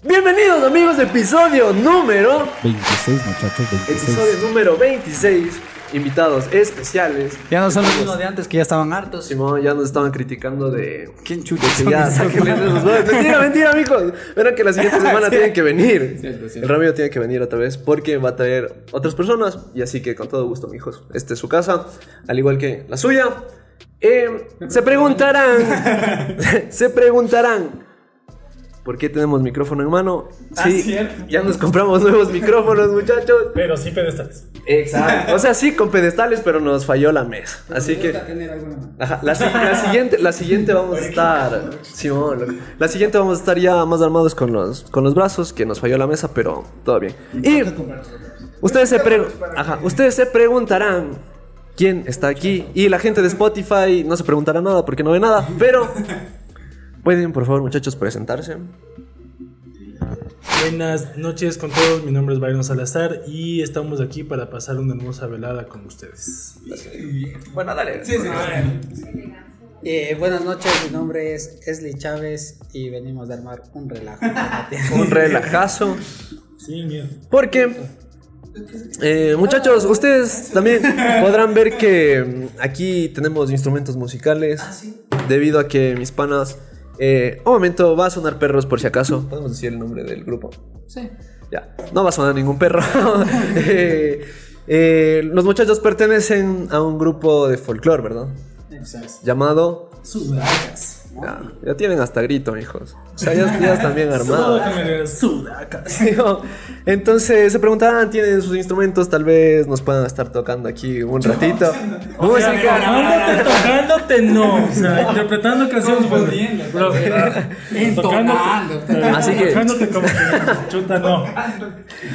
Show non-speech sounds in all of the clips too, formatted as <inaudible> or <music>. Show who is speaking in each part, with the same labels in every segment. Speaker 1: Queridos amigos, episodio número
Speaker 2: 26, muchachos, 26.
Speaker 1: Episodio número 26, invitados especiales.
Speaker 3: Ya no son los mismos de antes que ya estaban hartos.
Speaker 1: Simón, ya nos estaban criticando de
Speaker 3: ¿Quién
Speaker 1: de
Speaker 3: chucha?
Speaker 1: que ya sáquenle de esos dos. Mentira, mentira, amigos. Verán que la siguiente semana tienen que venir. El Ramiro tiene que venir otra vez porque va a traer otras personas. Y así que con todo gusto, mijos. Esta es su casa, al igual que la suya. Eh, se preguntarán, <laughs> se preguntarán. ¿Por qué tenemos micrófono en mano?
Speaker 4: Ah, cierto.
Speaker 1: ya nos compramos nuevos micrófonos, muchachos.
Speaker 4: Pero sí pedestales.
Speaker 1: Exacto. O sea, sí, con pedestales, pero nos falló la mesa. Así que. Ajá, la, si- la siguiente, la siguiente vamos a estar. Simón, loco. la siguiente vamos a estar ya más armados con los, con los brazos, que nos falló la mesa, pero todo bien. Y ustedes se, pre- ajá, ustedes se preguntarán quién está aquí. Y la gente de Spotify no se preguntará nada porque no ve nada, pero. Pueden, por favor, muchachos, presentarse.
Speaker 4: Buenas noches con todos, mi nombre es Byron Salazar y estamos aquí para pasar una hermosa velada con ustedes.
Speaker 1: Bueno, dale.
Speaker 5: Eh, buenas noches, mi nombre es Esli Chávez y venimos de armar un
Speaker 3: <laughs>
Speaker 5: relajo.
Speaker 1: Un relajazo.
Speaker 4: Sin miedo.
Speaker 1: Porque, eh, muchachos, ustedes también podrán ver que mm, aquí tenemos instrumentos musicales. Debido a que mis panas. eh, un momento, va a sonar perros por si acaso. ¿Podemos decir el nombre del grupo?
Speaker 5: Sí.
Speaker 1: Ya, no va a sonar ningún perro. <laughs> Eh, eh, los muchachos pertenecen a un grupo de folclore, ¿verdad? Llamado.
Speaker 4: Sudacas.
Speaker 1: Ya, ya tienen hasta grito, hijos. O sea, ya, ya están
Speaker 4: <laughs>
Speaker 1: bien armados.
Speaker 4: Sudacas.
Speaker 1: Digo, <laughs> Entonces se preguntarán, ¿tienen sus instrumentos? Tal vez nos puedan estar tocando aquí un
Speaker 4: <laughs>
Speaker 1: ratito. Música.
Speaker 4: Tocándote, tocándote no. O sea, interpretando canciones. pues, bro.
Speaker 5: Entonando.
Speaker 4: Tocándote,
Speaker 1: Así que-
Speaker 4: Tocándote como que chuta no.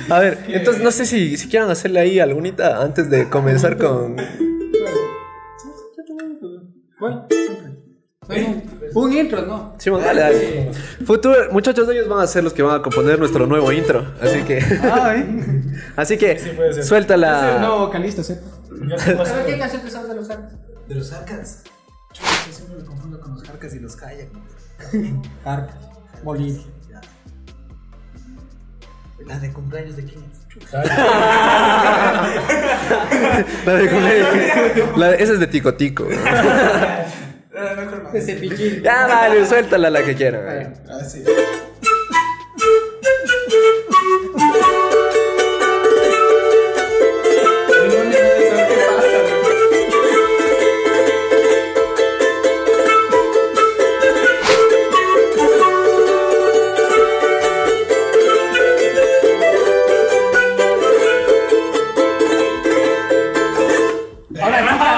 Speaker 1: A ver, entonces no sé si, si quieran hacerle ahí algunita antes de comenzar con...
Speaker 4: ¿Eh?
Speaker 5: Un intro, ¿no?
Speaker 1: Sí, bueno, dale, dale. Futuro- muchachos, ellos van a ser los que van a componer nuestro nuevo intro. Así que...
Speaker 5: Ah, ¿eh?
Speaker 1: <laughs> Así que
Speaker 4: puede ser.
Speaker 1: suéltala.
Speaker 5: vocalista, ¿sí?
Speaker 4: Ya te pasó.
Speaker 5: ¿Pero qué canción te sabes de los arcas?
Speaker 3: De los arcas. Yo siempre me confundo con los arcas y los
Speaker 5: <laughs>
Speaker 3: kayak.
Speaker 5: Arcas. Bolivia.
Speaker 3: La de cumpleaños de quién
Speaker 1: La de comer- la de- esa es de Tico Tico. ¿no?
Speaker 5: Ese pichín.
Speaker 1: Ya, dale, suéltala la que quieran.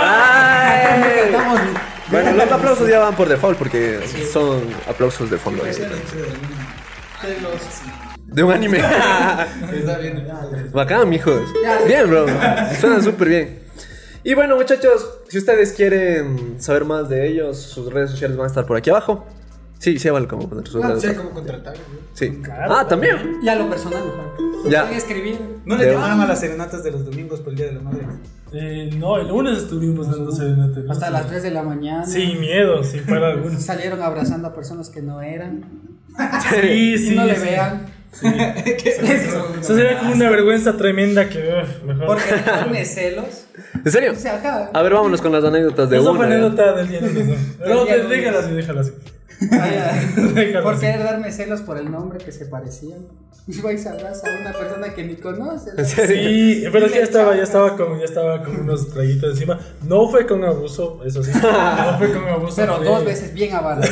Speaker 1: Ay. Bueno, los aplausos ya van por default porque son aplausos de fondo. De un anime. Bacán, mijos. Bien, bro. Suenan súper bien. Y bueno, muchachos, si ustedes quieren saber más de ellos, sus redes sociales van a estar por aquí abajo. Sí, sí, vale, como poner sus redes.
Speaker 3: como contratar.
Speaker 1: Sí. Ah, también.
Speaker 5: Ya lo personal, mejor.
Speaker 1: Ya.
Speaker 5: Estoy escribiendo.
Speaker 3: No
Speaker 1: le
Speaker 3: le
Speaker 1: De-
Speaker 3: llamaban a las serenatas de los domingos por el día de la madre.
Speaker 4: Eh, no, el lunes estuvimos dando serenata. ¿no?
Speaker 5: Hasta las 3 de la mañana.
Speaker 4: Sin miedo, sin para
Speaker 5: <laughs>
Speaker 4: algunos.
Speaker 5: Salieron abrazando a personas que no eran.
Speaker 4: Sí, sí.
Speaker 5: y no le
Speaker 4: sí.
Speaker 5: vean.
Speaker 3: <laughs>
Speaker 4: Eso sería como una vergüenza tremenda que uf, mejor.
Speaker 5: Porque tiene celos.
Speaker 1: ¿En
Speaker 5: <laughs>
Speaker 1: serio?
Speaker 5: O sea, acá.
Speaker 1: A ver, vámonos con las anécdotas <laughs> de
Speaker 4: Eso fue
Speaker 1: una. ya.
Speaker 4: anécdota del día lunes, ¿no? No,
Speaker 5: día
Speaker 4: de-
Speaker 5: lunes.
Speaker 4: déjala así, déjala así. <laughs>
Speaker 5: Ay,
Speaker 4: Déjalo
Speaker 5: Ah, Por
Speaker 4: así.
Speaker 5: querer darme celos por el nombre que se parecían. Y <laughs> vais a abrazar a una persona que ni conoces.
Speaker 4: Sí, pero es que ya estaba, ya estaba con, ya estaba con unos traguitos encima. No fue con abuso, eso sí. No fue con abuso.
Speaker 5: Pero
Speaker 4: fue-
Speaker 5: dos veces bien abrazado.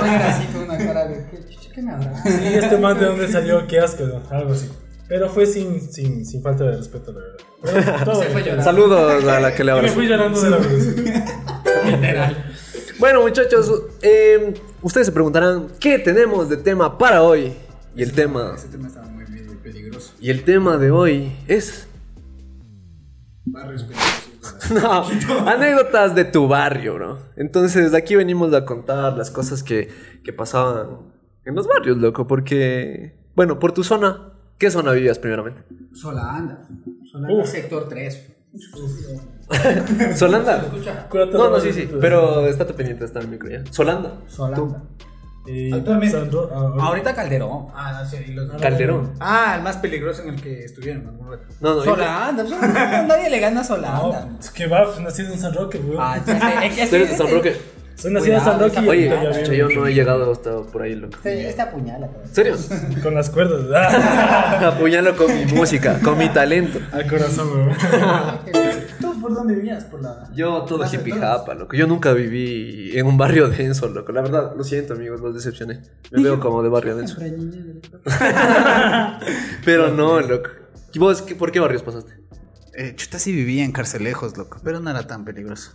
Speaker 5: No era así con una cara de ¿qué, chucha, qué me
Speaker 4: Sí,
Speaker 5: abraza?
Speaker 4: este man de dónde salió, qué asco, ¿no? algo así. Pero fue sin, sin, sin falta de respeto, la verdad. Pero todo
Speaker 5: Se fue
Speaker 4: bien.
Speaker 5: llorando.
Speaker 1: Saludos a la que
Speaker 4: <laughs>
Speaker 1: le
Speaker 4: Y Me
Speaker 1: abrazó.
Speaker 4: fui llorando de la vergüenza.
Speaker 1: Bueno, muchachos, eh, ustedes se preguntarán qué tenemos de tema para hoy. Y el tema.
Speaker 3: Ese tema estaba muy medio peligroso.
Speaker 1: Y el tema de hoy es.
Speaker 3: Barrios peligrosos.
Speaker 1: <laughs> No, anécdotas de tu barrio, bro. Entonces, aquí venimos a contar las cosas que, que pasaban en los barrios, loco, porque. Bueno, por tu zona. ¿Qué zona vivías
Speaker 3: <laughs>
Speaker 1: primeramente?
Speaker 5: Sola anda. Sola anda. Sector 3.
Speaker 1: ¿Solanda?
Speaker 5: Escucha.
Speaker 4: Cúrate
Speaker 1: No,
Speaker 4: la
Speaker 1: no, sí, sí.
Speaker 4: vergüenza.
Speaker 1: Pero estate pendiente de estar en micro ya. ¿Solanda?
Speaker 5: Sola anda.
Speaker 4: eh,
Speaker 6: Actualmente.
Speaker 4: San Ro- ah, ahorita-
Speaker 6: Ahorita Calderón.
Speaker 5: Ah, no, sí, y los-
Speaker 1: Calderón.
Speaker 5: Ah, el más peligroso en el que estuvieron. me acuerdo.
Speaker 1: No, no,
Speaker 6: Solanda,
Speaker 5: pues,
Speaker 6: Solanda, nadie le gana a Solanda.
Speaker 4: No, es que va, nacido en San Roque, weón.
Speaker 6: Ah, ya sé, es que- es que-
Speaker 1: Ustedes de San Roque.
Speaker 4: Soy nacido en San
Speaker 6: cuidado,
Speaker 4: Roque y
Speaker 1: Oye,
Speaker 4: ahorita ya
Speaker 1: chucha, yo
Speaker 4: vivo
Speaker 1: no he llegado hasta por ahí, loco.
Speaker 6: Este- este apu-
Speaker 1: ¿En <laughs> serio?
Speaker 4: con las cuerdas.
Speaker 1: <laughs>
Speaker 4: ah,
Speaker 1: Apuñalo con mi música, con mi talento.
Speaker 4: Al corazón, weón.
Speaker 5: ¿Tú por dónde vivías? Por la.
Speaker 1: Yo todo
Speaker 5: Plaza de
Speaker 1: hippie
Speaker 5: Toros.
Speaker 1: japa, loco. Yo nunca viví en un barrio <laughs> denso, loco. La verdad, lo siento, amigos, los decepcioné. Me veo como de barrio denso.
Speaker 5: Siempre niña del-
Speaker 1: Pero no, loco. ¿Y vos qué- por qué barrios pasaste?
Speaker 6: Eh, chuta sí vivía en Carcelejos, loco, pero no era tan peligroso.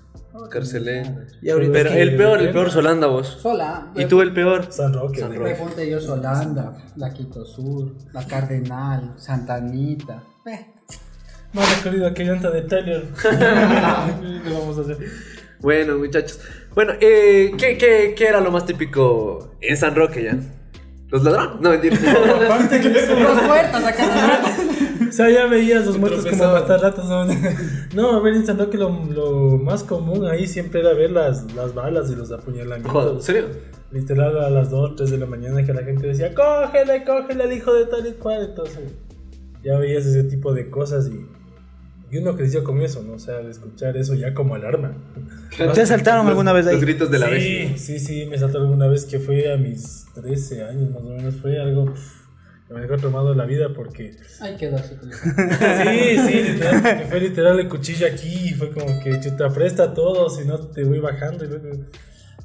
Speaker 1: Carcelé.
Speaker 5: Y ahorita.
Speaker 1: Pero el peor, el peor Solanda, vos.
Speaker 5: Sola.
Speaker 1: ¿Y tú el peor?
Speaker 4: San Roque,
Speaker 1: San
Speaker 4: weón.
Speaker 5: Me ponte yo Solanda, la Quito Sur, la Cardenal, Santa Anita. Eh,
Speaker 4: No ha recorrido aquella llanta de Taylor. ¿Qué vamos a hacer?
Speaker 1: Bueno, muchachos. Bueno, eh, ¿qué, qué, qué era lo más típico en San Roque ya? ¿Los ladrones? No, mentira. <laughs>
Speaker 4: Aparte que eso,
Speaker 5: Los muertos acá.
Speaker 4: O sea, ya veías los muertos como matar ratas. No, <laughs> no a ver, en San Roque lo, lo más común ahí siempre era ver las, las balas y los
Speaker 1: Joder, ¿en
Speaker 4: apuñalamientos.
Speaker 1: serio?
Speaker 4: Literal a las 2, 3 de la mañana que la gente decía, cógele, cógele al hijo de tal y cual. Entonces, ya veías ese tipo de cosas y, y uno creció con eso, ¿no? O sea, de escuchar eso ya como alarma.
Speaker 1: Los-
Speaker 6: ¿Te saltaron alguna vez ahí?
Speaker 1: Los gritos de la
Speaker 4: sí,
Speaker 1: vez.
Speaker 4: Sí, sí, me saltó alguna vez que fue a mis 13 años más o menos. Fue algo pf, que me dejó tomado de la vida porque. <laughs>
Speaker 5: Ahí quedó así. con la-
Speaker 4: Sí, sí, literal, porque fue literal el cuchillo aquí y fue como que te presta todo, si no te voy bajando. Y luego,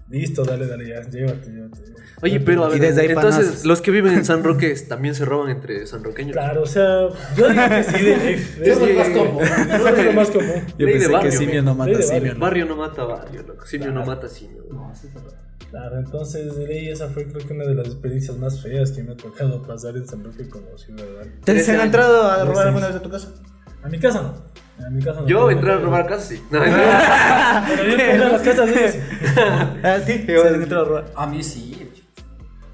Speaker 4: listo, dale, dale, ya, llévate, llévate.
Speaker 1: Oye, pero a
Speaker 6: Y
Speaker 1: ver,
Speaker 6: desde ahí
Speaker 1: entonces
Speaker 6: panazos.
Speaker 1: los que viven en San Roque también se roban entre sanroqueños.
Speaker 4: Claro, o sea, yo digo
Speaker 1: <laughs>
Speaker 4: que sí, de ley.
Speaker 1: Es que-
Speaker 4: Eso es lo más común.
Speaker 6: Yo
Speaker 1: Ley de
Speaker 6: pensé
Speaker 1: barrio,
Speaker 6: que simio
Speaker 1: güey.
Speaker 6: no mata
Speaker 4: Ley de
Speaker 6: simio, ¿no?
Speaker 1: Barrio no mata barrio, loco. Simio no mata simio. güey.
Speaker 4: Claro, entonces, de ley, esa fue creo que una de las experiencias más feas que me ha tocado pasar en San Roque como ciudadano.
Speaker 6: ¿Te
Speaker 1: Trece
Speaker 6: se han
Speaker 1: años.
Speaker 6: entrado a
Speaker 4: Trece
Speaker 6: robar alguna
Speaker 4: años.
Speaker 6: vez a tu casa?
Speaker 4: A mi casa no. A mi casa no.
Speaker 1: Yo entré a robar casas, sí. No, no.
Speaker 4: Pero yo entré a las casas de
Speaker 6: <laughs>
Speaker 4: ellos.
Speaker 6: A ti, se han entrado a robar.
Speaker 5: A mí sí.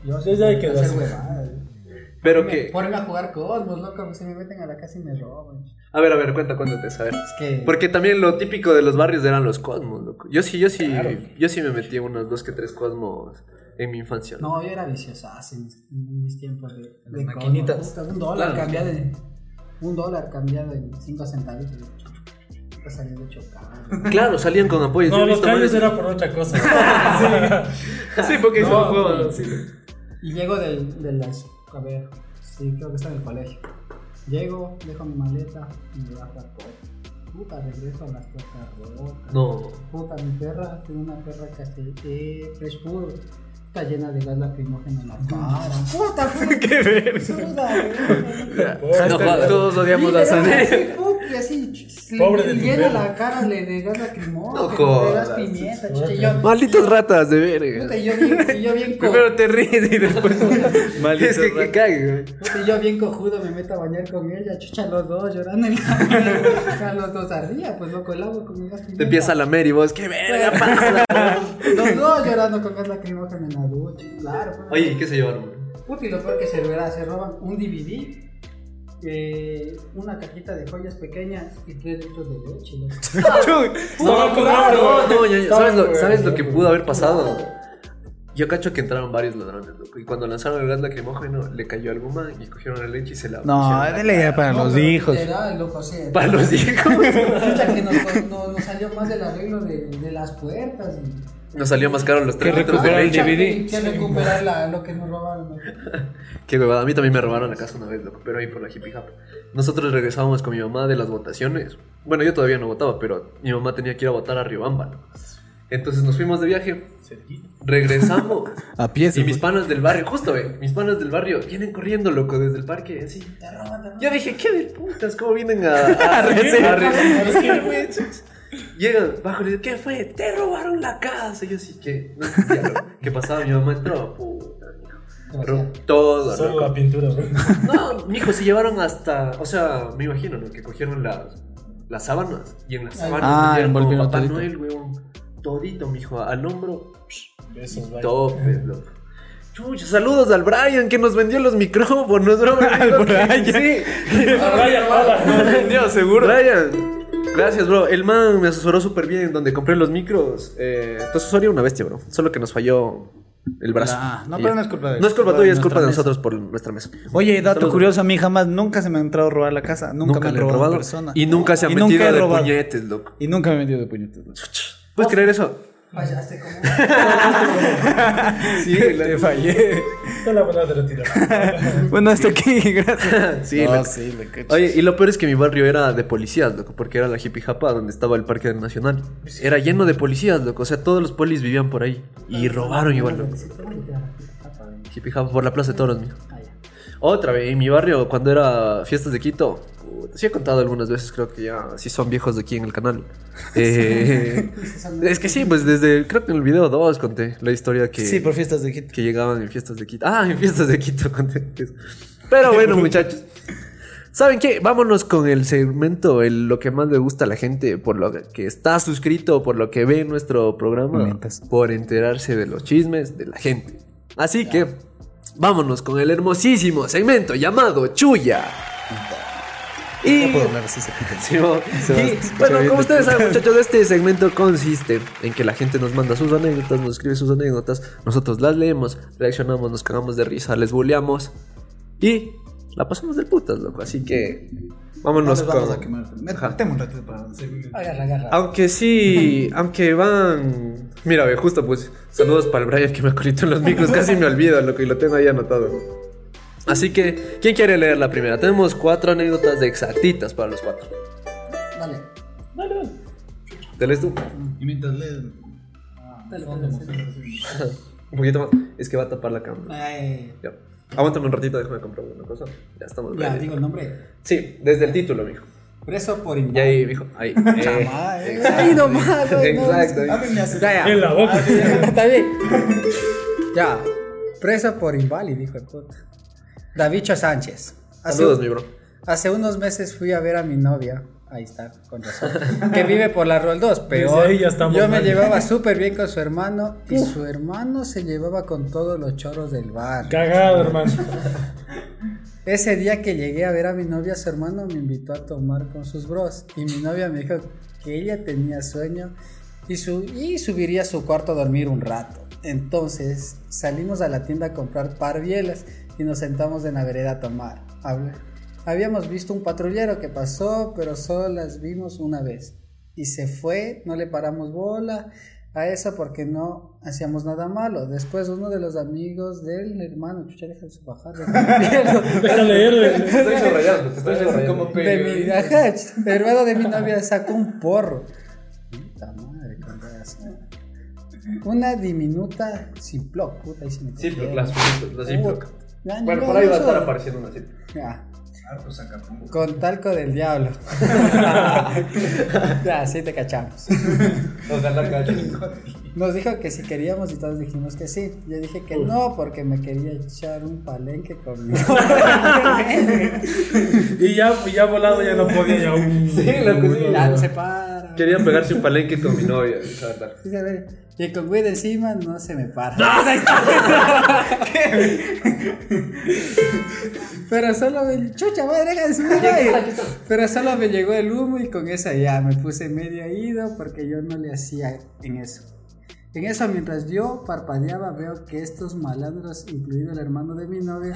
Speaker 4: Yo sé ya que las-
Speaker 5: Hacer huevadas.
Speaker 1: <laughs> Pero
Speaker 5: Me-
Speaker 1: que.
Speaker 5: Ponme a jugar cosmos, loco. Se me meten a la casa y me roban.
Speaker 1: A ver, a ver, cuenta, cuéntate, a ver.
Speaker 5: Es que.
Speaker 1: Porque también lo típico de los barrios eran los cosmos, loco. Yo sí, yo sí, yo sí me metí unos dos que tres cosmos en mi infancia. ¿no?
Speaker 5: No, yo era viciosa en en mis tiempos de, de cosmos,
Speaker 6: maquinitas.
Speaker 5: puta, un dólar
Speaker 1: Claro.
Speaker 5: cambiado en. Un dólar cambiado en 5 centavos. Está saliendo chocado.
Speaker 1: Claro, salían con apoyo. Yo
Speaker 4: No,
Speaker 1: he
Speaker 4: los
Speaker 1: visto
Speaker 4: callos
Speaker 1: varios-
Speaker 4: era por otra cosa. <laughs> Sí.
Speaker 1: <laughs> Sí, porque
Speaker 4: No,
Speaker 1: son juegos,
Speaker 4: no.
Speaker 1: sí.
Speaker 5: Y llego del, de las. A ver, sí, creo que está en el colegio. Llego, dejo mi maleta y me bajo al coche. Puta, regreso a las puertas rotas.
Speaker 1: No.
Speaker 5: Puta, mi perra, tengo una perra castell... eh, fresh food. Está llena de gas lacrimógeno en la cara. <laughs> Puta, fue. ¡Qué verga!
Speaker 1: No, jodas, todos odiamos a San
Speaker 5: así, puta, y así, le-
Speaker 4: Pobre
Speaker 5: le
Speaker 4: de tu
Speaker 5: llena
Speaker 4: perra.
Speaker 5: la cara le de gas lacrimógeno,
Speaker 1: No
Speaker 5: le
Speaker 1: jodas.
Speaker 5: das pimienta, chucha, y yo,
Speaker 1: <laughs> Malditos ratas de
Speaker 5: puta,
Speaker 1: verga.
Speaker 5: y yo bien, y yo bien, co-
Speaker 1: Primero te ríes y después. <laughs>
Speaker 6: Malditos
Speaker 1: es que, que
Speaker 6: ratas.
Speaker 1: cague, güey.
Speaker 5: puta, y yo bien cojudo me meto a bañar con ella, chucha, los dos llorando en la <laughs> a los dos arriba, pues loco, el agua con mi gas pimienta.
Speaker 1: Te empieza a lamer y vos, qué verga pasa.
Speaker 5: Los dos llorando con gas lacrimógeno en la ducha, claro. pues.
Speaker 1: Oye, ¿y ¿qué se llevaron? güey?
Speaker 5: Puta, y lo peor que se verá, se roban un DVD, eh, una cajita de joyas pequeñas y tres litros de leche. loco.
Speaker 4: No,
Speaker 1: No,
Speaker 4: claro,
Speaker 1: no,
Speaker 4: güey.
Speaker 1: no, ya- ya,
Speaker 4: Estaba
Speaker 1: ¿sabes, lo,
Speaker 4: güey,
Speaker 1: ¿sabes lo que
Speaker 4: güey.
Speaker 1: pudo haber pasado? Yo cacho que entraron varios ladrones, loco. Y cuando lanzaron el gas lacrimógeno, le cayó al man y cogieron la leche y se la.
Speaker 6: No,
Speaker 1: pusieron en la
Speaker 6: dele ya para
Speaker 5: No,
Speaker 6: los
Speaker 5: pero eh,
Speaker 6: hijos.
Speaker 5: Literal, loco, o sea,
Speaker 1: Para <laughs> los hijos.
Speaker 5: chucha que nos, nos- nos salió más del arreglo de, de las puertas. y-
Speaker 1: Nos salió más caro los tres
Speaker 6: Que
Speaker 1: litros de
Speaker 6: recuperar el
Speaker 1: leche.
Speaker 5: Chucha,
Speaker 6: DVD.
Speaker 5: Que, que recuperar la- lo que nos robaron. loco.
Speaker 1: Qué huevada. A mí también me robaron la casa una vez, loco. Pero ahí por la hippie hop. Nosotros regresábamos con mi mamá de las votaciones. Bueno, yo todavía no votaba, pero mi mamá tenía que ir a votar a Riobamba. ¿no? Entonces nos fuimos de viaje. <laughs> Regresamos.
Speaker 6: A pies.
Speaker 1: Y mis panas del barrio, justo, güey, mis panas del barrio vienen corriendo, loco, desde el parque, así. Yo dije, qué de putas, cómo vienen a, <laughs> a, recibir, a recibir, güey? Llegan, bajo, le dicen, ¿qué fue? Te robaron la casa. Y yo así, ¿qué? No entendía, loco. ¿Qué pasaba? Mi mamá entró, puta, mijo. Pero todo,
Speaker 4: Solo
Speaker 1: loco.
Speaker 4: la pintura, güey.
Speaker 1: No, mijo, se llevaron hasta, o sea, me imagino, ¿no? Que cogieron las, las sábanas. Y en las sábanas
Speaker 6: Ah,
Speaker 1: metieron como
Speaker 6: envolvieron
Speaker 1: Papá
Speaker 6: todito.
Speaker 1: Noel, weón. Todito, mijo, al hombro,
Speaker 4: Besos, bye.
Speaker 1: Topes, loco. Chucha, saludos al Brian que nos vendió los micrófonos,
Speaker 6: <laughs>
Speaker 1: bro. al Brian. Sí.
Speaker 4: Vaya, hola.
Speaker 1: vendió, seguro. Brian. Gracias, bro. El man me asesoró súper bien donde compré los micros. Eh, tu asesoría una bestia, bro. Solo que nos falló el brazo.
Speaker 6: Nah, Ah, no,
Speaker 1: Y
Speaker 6: pero
Speaker 1: ya.
Speaker 6: no es culpa de-
Speaker 1: No es culpa tuya, es culpa de
Speaker 6: nuestra
Speaker 1: nosotros por nuestra mesa.
Speaker 6: Oye, dato
Speaker 1: Saludos.
Speaker 6: curioso, a mí jamás nunca se me ha entrado a robar la casa. Nunca, me ha
Speaker 1: le he
Speaker 6: robado,
Speaker 1: robado.
Speaker 6: persona.
Speaker 1: Y nunca se ha
Speaker 6: Y nunca
Speaker 1: metido
Speaker 6: he
Speaker 1: de
Speaker 6: robado.
Speaker 1: puñetes, loco.
Speaker 6: Y nunca me he metido de
Speaker 1: <laughs>
Speaker 6: puñetos.
Speaker 1: ¿Puedes creer eso? <laughs>
Speaker 5: Fallaste como.
Speaker 6: Sí, le fallé.
Speaker 4: Te la van a retirar.
Speaker 6: <laughs> Bueno, hasta aquí, gracias.
Speaker 1: Sí,
Speaker 6: No,
Speaker 1: loco.
Speaker 6: sí, le cacho.
Speaker 1: Oye, y lo peor es que mi barrio era de policías, loco, porque era la hippie japa donde estaba el parque nacional. Era lleno de policías, loco, o sea, todos los polis vivían por ahí. Y robaron igual, loco. Hippie japa por la Plaza de Toros, mijo. Otra vez, en mi barrio, cuando era fiestas de Quito, puta, sí he contado algunas veces, creo que ya sí son viejos de aquí en
Speaker 6: <laughs>
Speaker 1: el canal. Eh, <laughs> es que sí, pues desde, creo que en el video 2 conté la historia que...
Speaker 6: Sí, por fiestas de Quito.
Speaker 1: que llegaban en fiestas de Quito. Ah, en fiestas de Quito. <laughs> conté eso. Pero bueno, muchachos. ¿Saben qué? Vámonos con el segmento, el- lo que más le gusta a la gente, por lo que está suscrito, por lo que ve en nuestro programa,
Speaker 6: Comentas.
Speaker 1: por enterarse de los chismes de la gente. Así que vámonos con el hermosísimo segmento llamado Chuya. Y
Speaker 6: No puedo hablar así, se quita.
Speaker 1: Sí, no.
Speaker 6: Se va a
Speaker 1: Y,
Speaker 6: escuchar
Speaker 1: bueno,
Speaker 6: bien
Speaker 1: como ustedes saben,
Speaker 6: complicado.
Speaker 1: muchachos, este segmento consiste en que la gente nos manda sus anécdotas, nos escribe sus anécdotas, nosotros las leemos, reaccionamos, nos cagamos de risa, les bulleamos y la pasamos del putas, loco. Así que vámonos
Speaker 6: Nos vamos
Speaker 1: con-
Speaker 6: a quemar.
Speaker 1: Ajá.
Speaker 6: Metemos un ratito para seguir.
Speaker 5: Agarra, agarra.
Speaker 6: <laughs>
Speaker 1: Aunque sí, aunque van. Mira, ve, justo pues. Saludos para el Brian que me acolitó en los micros. Casi me olvido, loco, y lo tengo ahí anotado. Así que, ¿quién quiere leer la primera? Tenemos cuatro anécdotas exactitas para los cuatro.
Speaker 5: Dale.
Speaker 1: ¿Te lees tú?
Speaker 6: Y mientras leen.
Speaker 5: Dale, pues, dale.
Speaker 1: Un poquito más. Es que va a tapar la cámara.
Speaker 5: Ay, pues,
Speaker 1: Ya. Aguántame un ratito, déjame comprar una cosa. Ya estamos
Speaker 5: Ya,
Speaker 1: ready.
Speaker 5: digo el nombre.
Speaker 1: Sí, desde el título, mijo.
Speaker 5: Preso por
Speaker 1: Y
Speaker 5: invadir.
Speaker 1: ahí, mijo.
Speaker 5: <laughs>
Speaker 1: Ahí. Eh,
Speaker 5: Ay, no más.
Speaker 1: Exacto.
Speaker 4: <laughs> en
Speaker 5: <laughs>
Speaker 4: la boca.
Speaker 5: Está bien. <laughs> Ya. Preso por inválido, hijo de puta. Davicho Sánchez. Hace,
Speaker 1: Saludos, mi bro.
Speaker 5: hace unos meses fui a ver a mi novia. Ahí está, con razón. Que vive por la Rual 2. Peor.
Speaker 4: Desde ahí ya estamos
Speaker 5: Yo me
Speaker 4: mal.
Speaker 5: llevaba súper bien con su hermano. Y su hermano se llevaba con todos los choros del bar.
Speaker 4: Cagado, hermano.
Speaker 5: Ese día que llegué a ver a mi novia, su hermano me invitó a tomar con sus bros y mi novia me dijo que ella tenía sueño y, su- y subiría a su cuarto a dormir un rato. Entonces salimos a la tienda a comprar par bielas y nos sentamos en la vereda a tomar. Habla- Habíamos visto un patrullero que pasó, pero solo las vimos una vez. Y se fue, no le paramos bola a eso porque no hacíamos nada malo. Después uno de los amigos del hermano, chucha, deja de bajar.
Speaker 4: Déjale leer.
Speaker 1: Te estoy subrayando, te estoy subrayando.
Speaker 5: De mi, ajá, el hermano de mi novia sacó un porro. Puta madre, con razón. Una diminuta Ziploc, puta, ahí se me cayó.
Speaker 1: Ziploc, las las las Ziploc.
Speaker 5: Puta, ya, ni
Speaker 1: Bueno, por
Speaker 5: veo
Speaker 1: ahí va a
Speaker 5: eso.
Speaker 1: estar apareciendo una Ziploc.
Speaker 5: Ya. Con talco
Speaker 1: <laughs>
Speaker 5: del diablo. ya, así te cachamos.
Speaker 1: Ojalá cache.
Speaker 5: Nos dijo que si queríamos y todos dijimos que sí. Yo dije que no porque me quería echar un palenque
Speaker 1: <laughs>
Speaker 5: conmigo.
Speaker 4: Y ya, ya volado ya no podía ya.
Speaker 1: Sí, la
Speaker 5: ya no
Speaker 1: cocina.
Speaker 5: se para.
Speaker 1: Quería pegarse un palenque con mi novia, la verdad.
Speaker 5: Sí, se ve. Y con güey de encima no se me para. Pero solo me. Chucha madre, deja de subir, güey. Pero solo me llegó el humo y con esa ya me puse medio ido porque yo no le hacía en eso. En eso, mientras yo parpadeaba, veo que estos malandros, incluido el hermano de mi novia,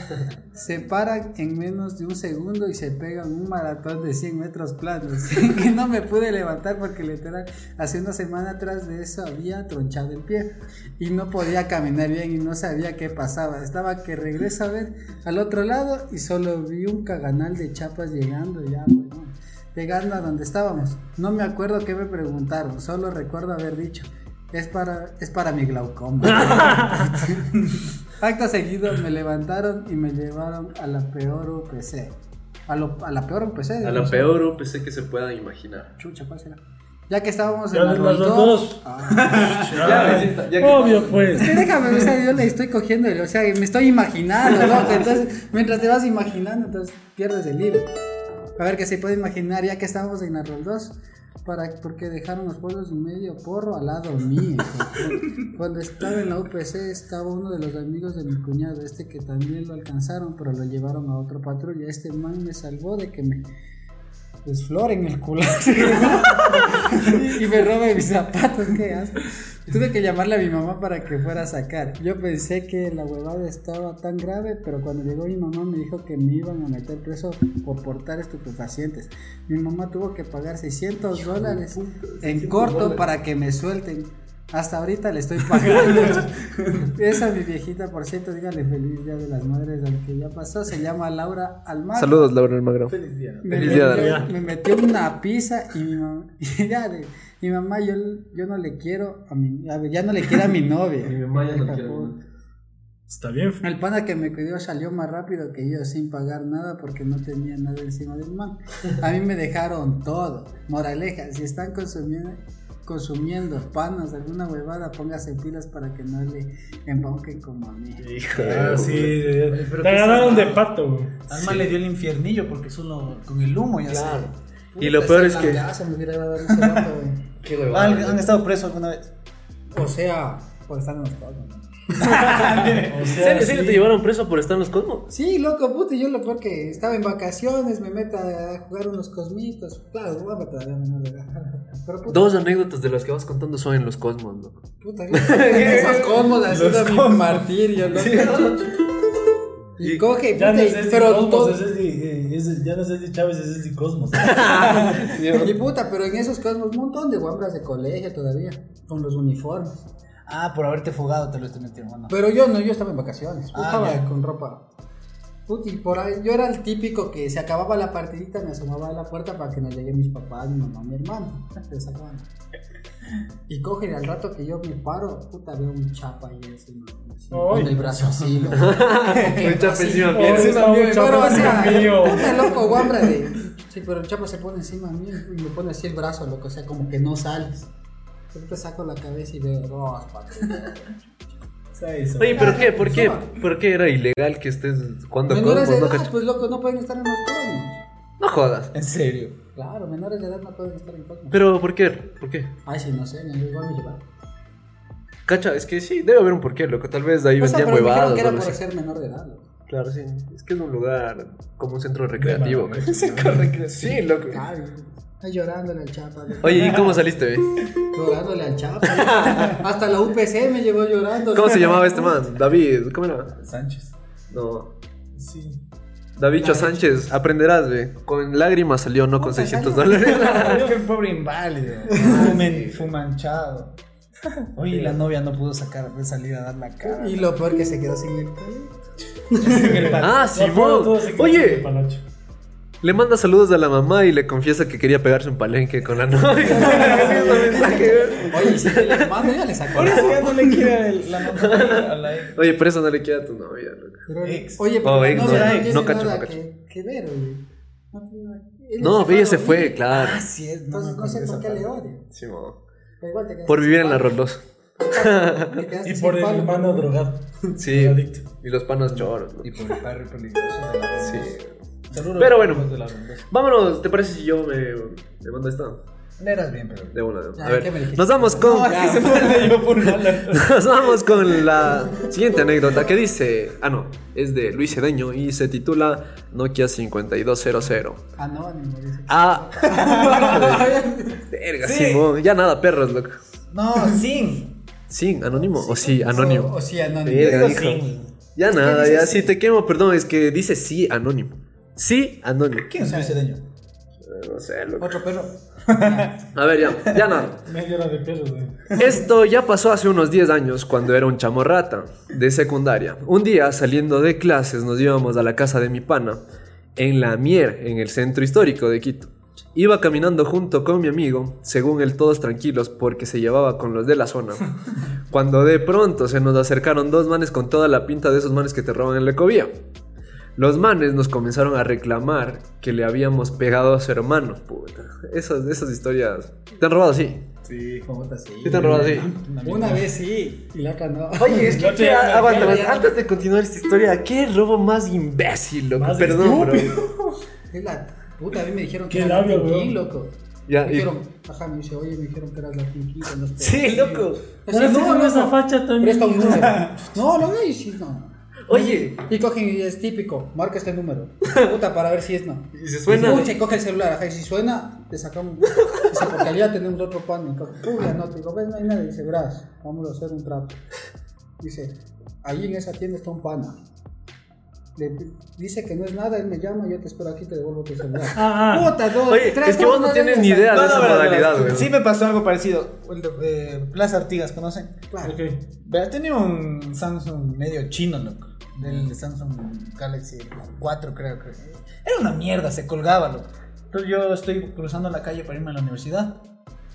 Speaker 5: se paran en menos de un segundo y se pegan un maratón de 100 metros planos. <laughs> que no me pude levantar porque literal, hace una semana atrás de eso había tronchado el pie y no podía caminar bien y no sabía qué pasaba. Estaba que regreso a ver al otro lado y solo vi un caganal de chapas llegando ya, bueno, llegando a donde estábamos. No me acuerdo qué me preguntaron, solo recuerdo haber dicho. Es para, es para
Speaker 1: <laughs>
Speaker 5: mi glaucoma. Acto seguido me levantaron y me llevaron a la peor UPC. A, lo- a la peor UPC.
Speaker 1: A
Speaker 5: no
Speaker 1: la
Speaker 5: sé.
Speaker 1: peor UPC que se puedan imaginar.
Speaker 5: Chucha, ¿cuál será? Ya que estábamos
Speaker 4: Ya
Speaker 5: en la
Speaker 4: ves las
Speaker 5: Roldós-
Speaker 4: dos.
Speaker 5: Ah.
Speaker 1: Ya, ya, ya que-
Speaker 4: Obvio, pues.
Speaker 5: Es que déjame, o sea, yo le estoy cogiendo, o sea, me estoy imaginando, loco. Entonces, mientras te vas imaginando, entonces pierdes el libro. A ver, que se puede imaginar, ya que estábamos en la Roldós, para, porque dejaron los pueblos y medio porro al lado mío. hijo. Cuando estaba en la UPC, estaba uno de los amigos de mi cuñado, este que también lo alcanzaron, pero lo llevaron a otro patrulla. <laughs> Este man me salvó de que me. Pues flor en el culo. y me roba mis zapatos, qué asco. Tuve que llamarle a mi mamá para que fuera a sacar. Yo pensé que la huevada estaba tan grave, pero cuando llegó mi mamá me dijo que me iban a meter preso por portar estupefacientes. Mi mamá tuvo que pagar 600 dólares en corto para que me suelten. Hasta ahorita le estoy pagando. Esa mi viejita, por cierto, dígale feliz día de las madres al que ya pasó. Se llama Laura Almagro.
Speaker 1: pues. Saludos, Laura Almagro.
Speaker 4: Feliz día.
Speaker 5: Me,
Speaker 1: Feliz día de
Speaker 5: metió,
Speaker 1: la-
Speaker 5: me metió una pizza y mi mamá, <laughs> y ya de- mi mamá, yo, yo no le quiero a mi, a ver, ya no le quiero a mi novia. mi mamá ya no
Speaker 4: Está bien. fe-
Speaker 5: El pana que me cuidó salió más rápido que yo sin pagar nada porque no tenía nada encima del man. A mí me dejaron todo. Moraleja, si están consumiendo consumiendo panas alguna huevada, póngase pilas para que no le embauquen como a mí.
Speaker 4: Ah, sí. eh,
Speaker 6: pero
Speaker 4: Te
Speaker 6: qué
Speaker 4: ganaron
Speaker 6: está-
Speaker 4: de pato, güey.
Speaker 6: Alma le dio el infiernillo porque solo con el humo ya claro.
Speaker 1: Y lo peor es que-
Speaker 5: Largazo me hubiera dado ese rato, güey.
Speaker 1: <laughs> Qué
Speaker 6: ¿Han, Ah, han estado presos alguna vez?
Speaker 5: O sea, por estar en los pagos. ¿no?
Speaker 4: O
Speaker 1: ¿En
Speaker 4: sea,
Speaker 1: serio, en serio
Speaker 4: sí.
Speaker 1: te llevaron preso por estar en los Cosmos?
Speaker 5: Sí, loco, puta, yo lo peor que estaba en vacaciones, me meto a jugar unos cosmitos. Claro, guapa todavía menor de edad. Pero puta,
Speaker 1: Dos anécdotas de las que vas contando son en los Cosmos, loco.
Speaker 5: puta, esos cosmos haciendo mi martirio, loco. <laughs> Y coge,
Speaker 4: Ya
Speaker 5: puta,
Speaker 4: no
Speaker 5: y-
Speaker 4: sé si
Speaker 5: pero
Speaker 4: Cosmos
Speaker 5: todo.
Speaker 4: es Eddie- eh, es- ya no sé si Chávez es Eddie Cosmos.
Speaker 5: Y puta, pero en esos cosmos, un montón de guambras de colegio todavía, con los uniformes.
Speaker 6: Ah, por haberte fugado te lo estoy metiendo, mano.
Speaker 5: Pero yo no, yo estaba en vacaciones. Yo
Speaker 6: Ah,
Speaker 5: estaba
Speaker 6: ya.
Speaker 5: con ropa. Puti, por ahí, yo era el típico que se acababa la partidita, me asomaba a la puerta para que no lleguen mis papás, mi mamá, mi hermano. <laughs> Se sacaban. Y cogen al rato que yo me paro, puta, veo un chapa ahí encima. así,
Speaker 4: Ay.
Speaker 5: con el brazo
Speaker 4: <laughs>
Speaker 5: así, loco. Un
Speaker 1: chapa encima mío.
Speaker 5: Encima
Speaker 4: Estaba
Speaker 5: mío.
Speaker 4: un
Speaker 5: y
Speaker 4: chapa
Speaker 5: bueno, o sea,
Speaker 4: encima
Speaker 5: <laughs>
Speaker 4: mío.
Speaker 5: puta loco, guambra de. Sí, pero el chapa se pone encima mío y me pone así el brazo, loco. O sea, como que no sales. Siempre saco la cabeza y veo, oh, pato.
Speaker 1: Oye, ¿pero qué? ¿Por qué?
Speaker 5: Suma.
Speaker 1: ¿Por qué era ilegal que estés jugando a
Speaker 5: Menores de
Speaker 1: Cosmos? No,
Speaker 5: edad,
Speaker 1: cacho?
Speaker 5: pues loco, no pueden estar en los cosmos.
Speaker 1: No jodas.
Speaker 6: En serio.
Speaker 5: Claro, menores de edad no pueden estar en cosmos.
Speaker 1: ¿Pero por qué? ¿Por qué?
Speaker 5: Ay, sí, no sé, ni igual me llevaron.
Speaker 1: Cacha, es que sí, debe haber un porqué, loco. Tal vez de ahí
Speaker 5: O sea,
Speaker 1: vendían
Speaker 5: pero me dijeron
Speaker 1: huevadas.
Speaker 5: que
Speaker 1: o
Speaker 5: era
Speaker 1: algo
Speaker 5: por
Speaker 1: así.
Speaker 5: ser menor de
Speaker 1: <laughs>
Speaker 5: edad. loco.
Speaker 1: Claro, sí. Es que es un lugar como un centro recreativo.
Speaker 5: <laughs>
Speaker 1: cacha. Sí, loco.
Speaker 5: Ay, ay, llorándole al chapa. loco.
Speaker 1: Oye, ¿y cómo saliste, eh?
Speaker 5: <laughs> Llorándole al chapa. loco. Hasta la UPC me llevó llorando.
Speaker 1: ¿Cómo
Speaker 5: loco.
Speaker 1: se llamaba este man? David, ¿cómo era?
Speaker 6: Sánchez.
Speaker 1: No.
Speaker 4: Sí.
Speaker 1: Davicho Sánchez, aprenderás, ve. Con lágrimas salió, no con 600 dólares.
Speaker 6: <laughs> Ah, Qué pobre inválido. Fumen, fumanchado. Oye, y la novia no pudo sacar de salir a dar la cara.
Speaker 5: Y lo peor que se quedó sin el cabello.
Speaker 6: <laughs>
Speaker 1: <laughs> Ah,
Speaker 4: No, todo-
Speaker 1: Simón.
Speaker 4: todo se quedó sin el
Speaker 1: Oye,
Speaker 4: panocho.
Speaker 1: le manda saludos a la mamá y le confiesa que quería pegarse un palenque con la <laughs> novia.
Speaker 5: Oye, y sí, el hermano ya le sacó.
Speaker 6: Por eso ya no le quiere el- la mamá a la ex.
Speaker 1: Oye, pero eso no le queda a tu novia. loco.
Speaker 5: Pero-
Speaker 6: Ex.
Speaker 5: Oye,
Speaker 1: Oh,
Speaker 5: pero no,
Speaker 1: ex,
Speaker 5: no,
Speaker 1: no,
Speaker 5: no
Speaker 1: no,
Speaker 5: tiene
Speaker 1: no cacho,
Speaker 5: nada
Speaker 1: no cacho.
Speaker 5: Que, que ver, oye. No, tiene-
Speaker 1: No,
Speaker 5: fue
Speaker 1: ella
Speaker 5: a
Speaker 1: se fue,
Speaker 5: dormir.
Speaker 1: claro.
Speaker 6: Ah, sí, es- no,
Speaker 5: Entonces
Speaker 6: no,
Speaker 5: no sé
Speaker 6: esa
Speaker 5: por qué
Speaker 6: parte.
Speaker 5: le odio.
Speaker 1: Simón.
Speaker 5: Pero igual te quedas
Speaker 1: Por
Speaker 5: sin
Speaker 1: vivir en la
Speaker 5: palo.
Speaker 1: Rolos.
Speaker 5: Te quedaste
Speaker 4: Y
Speaker 5: sin
Speaker 4: por el
Speaker 5: palo.
Speaker 4: hermano drogado.
Speaker 1: Sí.
Speaker 4: Drogadicto.
Speaker 1: Y los panos choros. ¿no?
Speaker 6: Y por el parry peligroso de la
Speaker 1: Sí.
Speaker 6: Saludos
Speaker 1: Pero bueno.
Speaker 6: a los de la
Speaker 4: <laughs>
Speaker 6: ronda.
Speaker 1: Vámonos, ¿te parece si yo me, me mando esta?
Speaker 6: No eras bien, pero.
Speaker 1: De una, de una. A
Speaker 5: Ya, ¿qué me
Speaker 1: ver,
Speaker 5: dijiste?
Speaker 1: nos vamos con.
Speaker 6: que se muerde yo por mala.
Speaker 1: Nos vamos con la siguiente anécdota que dice, ah no, es de Luis Cedeño y se titula Nokia 5200.
Speaker 5: Ah, no, ni me dice.
Speaker 1: Ah, verga, Simón, ya nada, perros, loco.
Speaker 6: No, sin.
Speaker 1: Sin, anónimo o sí, anónimo.
Speaker 5: O, o sí, anónimo.
Speaker 1: Verga,
Speaker 6: Digo
Speaker 1: hijo.
Speaker 6: sin.
Speaker 1: Ya nada, ya si te quemo, perdón, es que dice sí, anónimo. Sí, anónimo.
Speaker 6: ¿Quién es ese daño?
Speaker 1: Eh, No sé,
Speaker 6: <laughs>
Speaker 1: loco.
Speaker 6: Otro perro.
Speaker 1: A ver, ya, ya nada.
Speaker 4: Media hora de perros, güey.
Speaker 1: Esto ya pasó hace unos 10 años cuando era un chamorrata de secundaria. Un día saliendo de clases nos íbamos a la casa de mi pana en La Mier, en el centro histórico de Quito. Iba caminando junto con mi amigo, según él todos tranquilos porque se llevaba con los de la zona. Cuando de pronto se nos acercaron dos manes con toda la pinta de esos manes que te roban en la ecovía. Los manes nos comenzaron a reclamar que le habíamos pegado a su hermano. Puta, esas, esas historias... ¿Te han robado? Sí.
Speaker 5: Sí, como puta, sí.
Speaker 1: ¿Sí te han robado? Sí.
Speaker 5: Una vez sí, y la otra no.
Speaker 1: Oye, es
Speaker 5: <laughs>
Speaker 1: que,
Speaker 4: No te
Speaker 1: que-
Speaker 4: hagas,
Speaker 1: aguanta,
Speaker 5: ya, ya.
Speaker 1: antes de continuar esta historia, ¿qué robo más imbécil, loco?
Speaker 4: Más
Speaker 1: Perdón, bro.
Speaker 5: Es la puta, a mí me dijeron que
Speaker 4: Qué
Speaker 5: era
Speaker 4: labio,
Speaker 5: latinquí,
Speaker 4: weón.
Speaker 5: loco.
Speaker 1: Ya,
Speaker 5: me
Speaker 1: y-
Speaker 5: dijeron, ajá, me dice, oye, me dijeron que eras latinquí. que no te-
Speaker 1: Sí, loco.
Speaker 5: O sea,
Speaker 4: Ahora sí
Speaker 5: no,
Speaker 4: con
Speaker 5: no,
Speaker 4: esa
Speaker 5: no. <laughs>
Speaker 4: facha también.
Speaker 5: Presta un número. No, lo veo y sí, no.
Speaker 1: Oye,
Speaker 5: Y cogen y es típico, marca este <laughs> número. Puta, para ver si es no.
Speaker 1: y se suena. <laughs>
Speaker 5: Escucha y coge el celular, ajá, y si suena, te sacamos. Dice, porque allá tenemos otro pan. Y coge, uy, no, te digo, ves, no hay nadie. Dice, verás, vamos a hacer un trato. Dice, ahí en esa tienda está un pana. Le dice que no es nada, él me llama, yo te espero aquí, te devuelvo tu celular. Puta,
Speaker 1: Ah,
Speaker 5: dos,
Speaker 1: Oye,
Speaker 5: tres,
Speaker 1: es que vos no
Speaker 5: cuatro,
Speaker 1: tienes ni
Speaker 5: cinco,
Speaker 1: idea de esa
Speaker 6: pero-
Speaker 1: modalidad, güey.
Speaker 6: Sí me pasó algo parecido. El de- eh, Plaza Artigas, ¿conocen?
Speaker 5: Claro.
Speaker 6: Pero tenía un Samsung medio chino, loco. Del Samsung Galaxy 4, creo que. Era una mierda, se colgaba, loco. Entonces yo estoy cruzando la calle para irme a la universidad.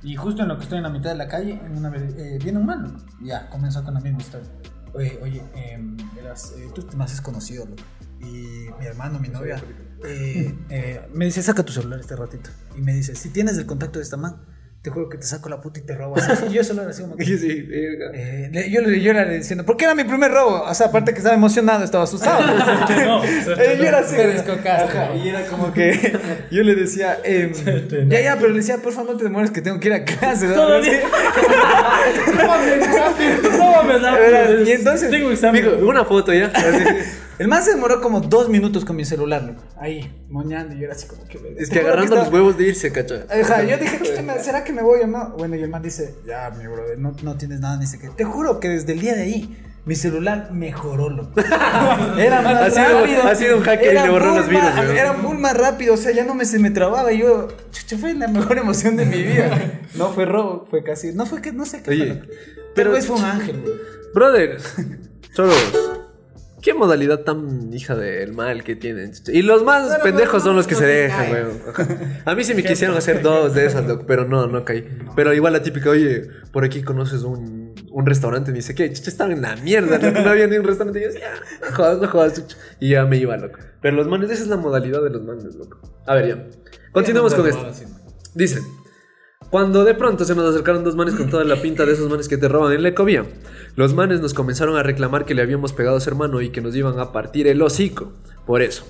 Speaker 6: Y justo en lo que estoy en la mitad de la calle, en una, vere- eh, viene un man, loco. Ya, comenzó con la misma historia. Oye, oye, em, verás, eh, tú te me haces conocido, loco. Y mi hermano, mi novia, eh, eh, me dice, saca tu celular este ratito. Y me dice, si tienes el contacto de esta man, te juro que te saco la puta y te
Speaker 4: <laughs>
Speaker 6: robo. así. Y yo solo era así como que- <laughs> eh, le- yo, le- yo era diciendo, porque era mi primer robo. O sea, aparte que estaba emocionado, estaba asustado.
Speaker 4: <laughs> No, o
Speaker 6: Eh, yo
Speaker 4: sea,
Speaker 6: era así. Ajá, y era como que <laughs> yo le decía, em,
Speaker 4: Te-
Speaker 6: ya, ya, pero le decía, por favor, no te demores que tengo que ir a clase. ¿no?
Speaker 4: Todavía. <laughs> no me da.
Speaker 6: Era- y entonces,
Speaker 4: tengo examen.
Speaker 1: Amigo, una foto ya.
Speaker 6: <laughs> El más se demoró como dos minutos con mi celular, loco. Ahí, moñando. Y yo era así como que.
Speaker 1: Es que agarrando los huevos de irse, cacha.
Speaker 6: Ajá, yo dije, "Puta, me- ¿será que me voy o no? Bueno, y el man dice, ya, mi brother, no, no tienes nada, ni sé qué. Te juro que desde el día de ahí, mi celular mejoró,
Speaker 1: <laughs>
Speaker 6: loco. Era más
Speaker 1: Ha sido-
Speaker 6: rápido.
Speaker 1: ha sido un hacker y
Speaker 6: Era
Speaker 1: le borró
Speaker 6: full
Speaker 1: los virus,
Speaker 6: más-
Speaker 1: weón.
Speaker 6: Era full más rápido, o sea, ya no me, se me trababa. Y yo, chucha, fue la mejor emoción de mi vida. No fue robo, fue casi, no fue que, no sé qué fue,
Speaker 1: Oye,
Speaker 6: loco.
Speaker 1: pero-
Speaker 6: Pero vez fue un ángel, güey.
Speaker 1: Brother, <laughs> choros. ¿Qué modalidad tan hija del mal que tienen? chucha? Y los más pendejos son los que se dejan, güey. A mí sí me quisieron hacer dos de esas, loco, pero no, no caí. Pero igual la típica, oye, por aquí conoces un, un restaurante, ni sé qué, chucha, están en la mierda, loco, no había ni un restaurante. Y yo decía, "Ah, no jodas, no jodas, chucha. Y ya me iba, loco. Pero los manes, esa es la modalidad de los manes, loco. A ver, ya. Continuamos con esto. Dicen, cuando de pronto se nos acercaron dos manes con toda la pinta de esos manes que te roban en la ecovía, los manes nos comenzaron a reclamar que le habíamos pegado a su hermano y que nos iban a partir el hocico. Por eso,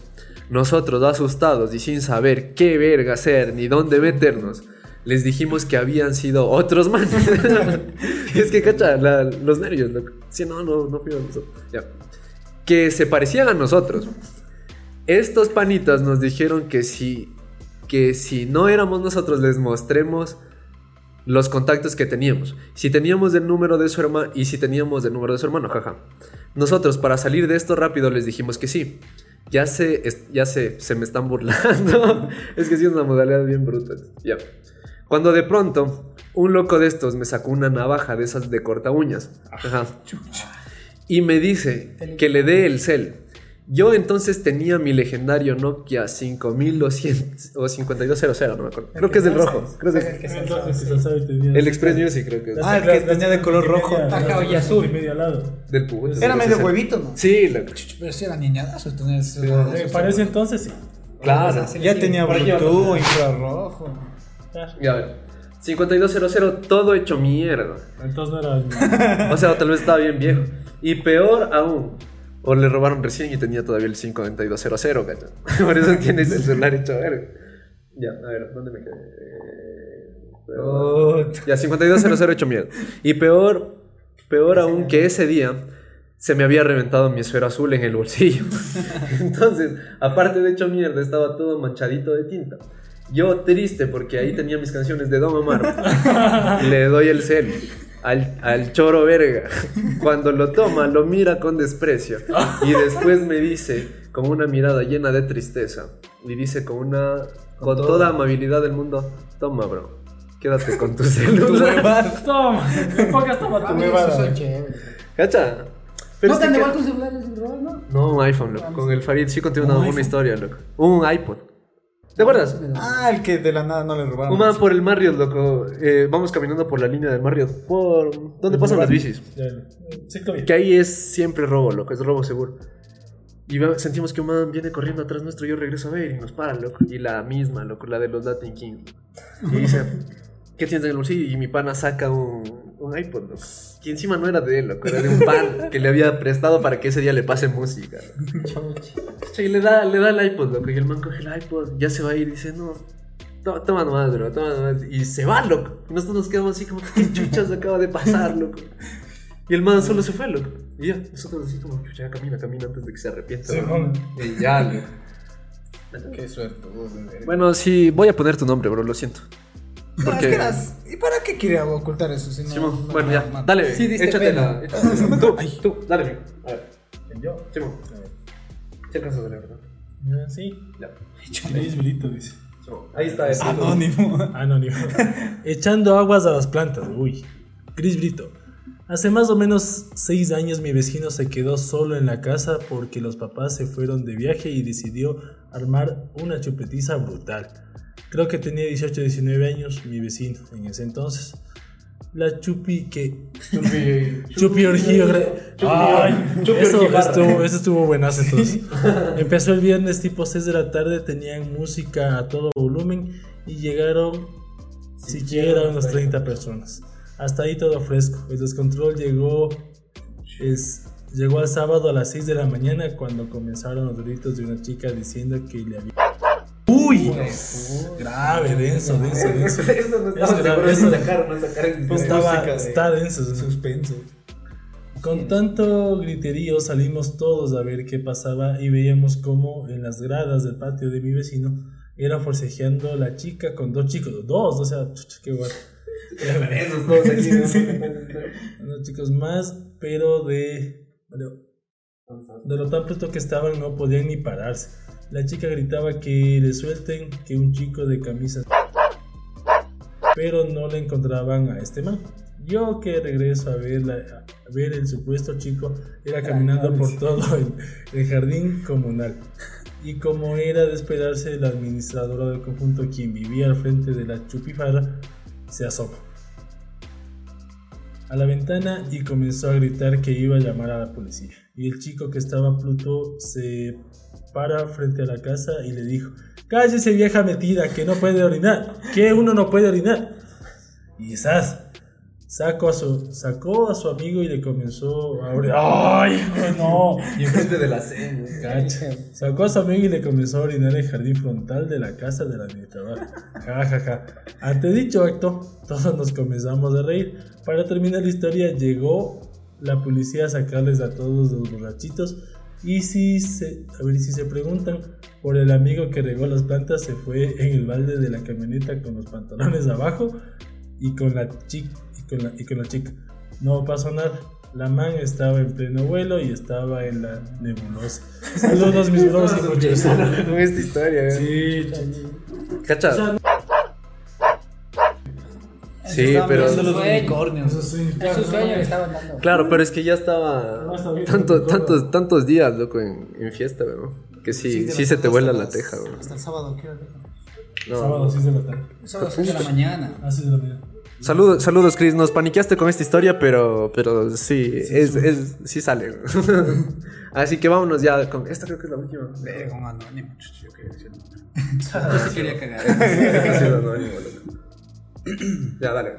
Speaker 1: nosotros asustados y sin saber qué verga hacer ni dónde meternos, les dijimos que habían sido otros manes. <laughs> Y es que, cacha, la- los nervios, loco. Sí, no, no, no fui a nosotros. Ya. Que se parecían a nosotros. Estos panitas nos dijeron que si, que si no éramos nosotros les mostremos los contactos que teníamos. Si teníamos el número de su hermano y si teníamos el número de su hermano, jaja. Nosotros para salir de esto rápido les dijimos que sí. Ya se, es- ya se, se me están burlando. <laughs> es que sí es una modalidad bien bruta. Ya. Cuando de pronto un loco de estos me sacó una navaja de esas de corta uñas. Ajá y me dice que le dé el cel. Yo entonces tenía mi legendario Nokia 5200 o 5200, no me acuerdo. Creo que es del rojo. Creo que es- el Express Music, creo que es.
Speaker 6: Ah, el que tenía de color rojo.
Speaker 4: Ajá, y azul. Y medio al lado.
Speaker 1: Del puto.
Speaker 6: Era medio
Speaker 1: Sí,
Speaker 6: huevito, ¿no?
Speaker 1: Sí, loco.
Speaker 6: Pero sí era niñadazo tener ese
Speaker 4: Eh,
Speaker 6: celular.
Speaker 4: Para ese entonces sí.
Speaker 1: Claro.
Speaker 6: Ya tenía Bluetooth, infrarrojo.
Speaker 1: Ya ver. 5200, todo hecho mierda.
Speaker 4: Entonces no era.
Speaker 1: O sea, tal vez estaba bien viejo. Y peor aún, o le robaron recién y tenía todavía el 5200, cacho. <laughs> Por eso tienes el celular hecho verga. Ya, a ver, ¿dónde me quedé? Eh, Ya, 52008 miedo. Y peor, peor aún que ese día se me había reventado mi esfero azul en el bolsillo. <laughs> Entonces, aparte de hecho mierda, estaba todo manchadito de tinta. Yo triste porque ahí tenía mis canciones de Don Omar. Le doy el cel al, al choro verga. Cuando lo toma, lo mira con desprecio. Y después me dice, con una mirada llena de tristeza, y dice con una... Con toda amabilidad del mundo, toma, bro. Quédate con tu celular.
Speaker 4: Toma, enfoca esta
Speaker 5: Ah, mira,
Speaker 4: batalla.
Speaker 5: esos son chéveres.
Speaker 1: ¿Cacha? Pero
Speaker 5: ¿No
Speaker 1: es
Speaker 5: te
Speaker 1: que ca-
Speaker 5: han devuelto un celular sin robar, no?
Speaker 1: No, un iPhone, loco. Con el Farid sí conté una, una historia, loco. Un iPod. ¿Te acuerdas?
Speaker 6: Ah, el que de la nada no le robaron.
Speaker 1: Un man por el Marriott, loco. Eh, vamos caminando por la línea del Marriott. Por... ¿Dónde pasan las bicis?
Speaker 4: Sí, comí.
Speaker 1: Que ahí es siempre robo, loco, es robo seguro. Y ve- sentimos que un man viene corriendo atrás nuestro, yo regreso a ver y nos para, loco. Y la misma, loco, la de los Latin King. Y dice, ¿qué tienes en el bolsillo? Y mi pana saca un, un iPod, loco. Que encima no era de él, loco, era de un pan que le había prestado para que ese día le pase música. loco. y le da, le da el iPod, loco. Y el man coge el iPod, ya se va a ir y dice, no, to- toma nomás, bro, toma nomás. Y se va, loco. Y nosotros nos quedamos así como, ¿qué chuchas acaba de pasar, loco? Y el man solo se fue, loco. Y ya, nosotros así como, ya camina, camina antes de que se arrepienta.
Speaker 4: Sí,
Speaker 1: bro.
Speaker 4: bueno.
Speaker 1: Y ya, loco.
Speaker 7: Qué suerte. vos, de verga.
Speaker 1: Bueno, sí, voy a poner tu nombre, bro, lo siento.
Speaker 7: No,
Speaker 1: porque-
Speaker 7: es que las- ¿Y para qué quiere ocultar eso? Si no,
Speaker 1: Simón,
Speaker 7: no-
Speaker 1: bueno,
Speaker 7: no-
Speaker 1: ya.
Speaker 7: no-
Speaker 1: Dale,
Speaker 6: Sí, diste
Speaker 1: échate
Speaker 6: pena.
Speaker 1: la. échate la- Tú, tú, dale, amigo. A ver,
Speaker 4: Yo.
Speaker 1: Simón. Sí alcanzas a leer, ¿verdad?
Speaker 4: Ah, Sí.
Speaker 1: Ya.
Speaker 4: Luis Brito dice.
Speaker 1: Simón, Ahí está eso.
Speaker 7: Anónimo.
Speaker 4: <laughs> Anónimo. Echando aguas a las plantas, uy. Cris Brito. Hace más o menos seis años mi vecino se quedó solo en la casa porque los papás se fueron de viaje y decidió armar una chupetiza brutal. Creo que tenía 18 o 19 años mi vecino en ese entonces. La chupi que... Chupi orgía. Ay, eso, estuvo, eso estuvo buenazo <laughs> entonces. Empezó el viernes tipo 6 de la tarde, tenían música a todo volumen y llegaron siquiera unas 30 personas. Hasta ahí todo fresco. El descontrol llegó es, llegó al sábado a las 6 de la mañana cuando comenzaron los gritos de una chica diciendo que le había... ¡Uy! Grave, denso, denso, <laughs> denso.
Speaker 1: Eso no
Speaker 4: Eso
Speaker 1: estaba
Speaker 4: era-
Speaker 1: seguro si
Speaker 4: eso-
Speaker 1: sacar o no sacar el video.
Speaker 4: Estaba,
Speaker 1: Música de-
Speaker 4: está denso. ¿no?
Speaker 7: Suspenso.
Speaker 4: Con tanto griterío salimos todos a ver qué pasaba y veíamos cómo en las gradas del patio de mi vecino era forcejeando la chica con dos chicos, dos, o sea, <laughs> chucha, qué guapo.
Speaker 1: Esos dos aquí, ¿no?
Speaker 4: Unos chicos más, pero de, de, de lo tan puesto que estaban no podían ni pararse. La chica gritaba que le suelten que un chico de camisa pero no le encontraban a este man. Yo que regreso a ver, la- a ver el supuesto chico, era caminando por todo el, el jardín comunal. Y como era de esperarse, la administradora del conjunto, quien vivía al frente de la chupifarra, se asoma a la ventana y comenzó a gritar que iba a llamar a la policía. Y el chico que estaba Pluto se para frente a la casa y le dijo, cállese vieja metida, que no puede orinar, que uno no puede orinar. Y esas sacó a su, sacó a su amigo y le comenzó a orinar. ¡Ay, hijo, no!
Speaker 1: Y enfrente de la cena.
Speaker 4: Cacha. Sacó a su amigo y le comenzó a orinar el jardín frontal de la casa del administrador. Ja, ja, ja. Ante dicho acto, todos nos comenzamos a reír. Para terminar la historia, llegó la policía a sacarles a todos los borrachitos. Y si se, a ver, si se preguntan por el amigo que regó las plantas, se fue en el balde de la camioneta con los pantalones abajo y con la chica. Y con la, y con la chica. No pasó nada. La man estaba en pleno vuelo y estaba en la <laughs> nebulosa. Saludos, mis bros y muchos.
Speaker 1: Con esta historia, ¿eh?
Speaker 4: Sí,
Speaker 1: ¿Cachas?
Speaker 4: O
Speaker 1: Sí, pero.
Speaker 7: Eso los
Speaker 6: Sueño.
Speaker 7: unicornios.
Speaker 6: Es su sueño que estaba dando.
Speaker 1: Claro, pero es que ya estaba.
Speaker 4: No, está bien,
Speaker 1: tanto-
Speaker 4: no,
Speaker 1: tantos, tantos días, loco, en, en fiesta, ¿no? Que sí, sí,
Speaker 7: de
Speaker 1: se
Speaker 7: las-
Speaker 1: te vuela
Speaker 7: hasta
Speaker 1: la
Speaker 7: las-
Speaker 1: teja, bro.
Speaker 7: Hasta el sábado, ¿qué hora?
Speaker 1: No.
Speaker 4: Sábado, 6 de la tarde.
Speaker 6: Son las 8 de la mañana.
Speaker 4: Ah, 6 de la mañana.
Speaker 1: Saludos, saludos, Chris. Nos paniqueaste con esta historia, pero, pero sí, es, es, sí sale. bro. <laughs> Así que vámonos ya con. Esta creo que es la última.
Speaker 6: Verga, un anónimo, chucho, yo quería decir. Yo sí quería cagar.
Speaker 1: Ha sido anónimo, loco. Ya, dale.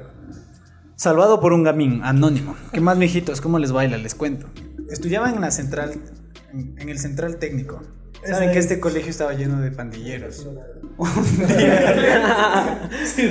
Speaker 6: Salvado por un gamín, anónimo. ¿Qué más, mijitos? ¿Cómo les baila? Les cuento. Estudiaba en la central, en, en el central técnico. Saben que este colegio estaba lleno de pandilleros.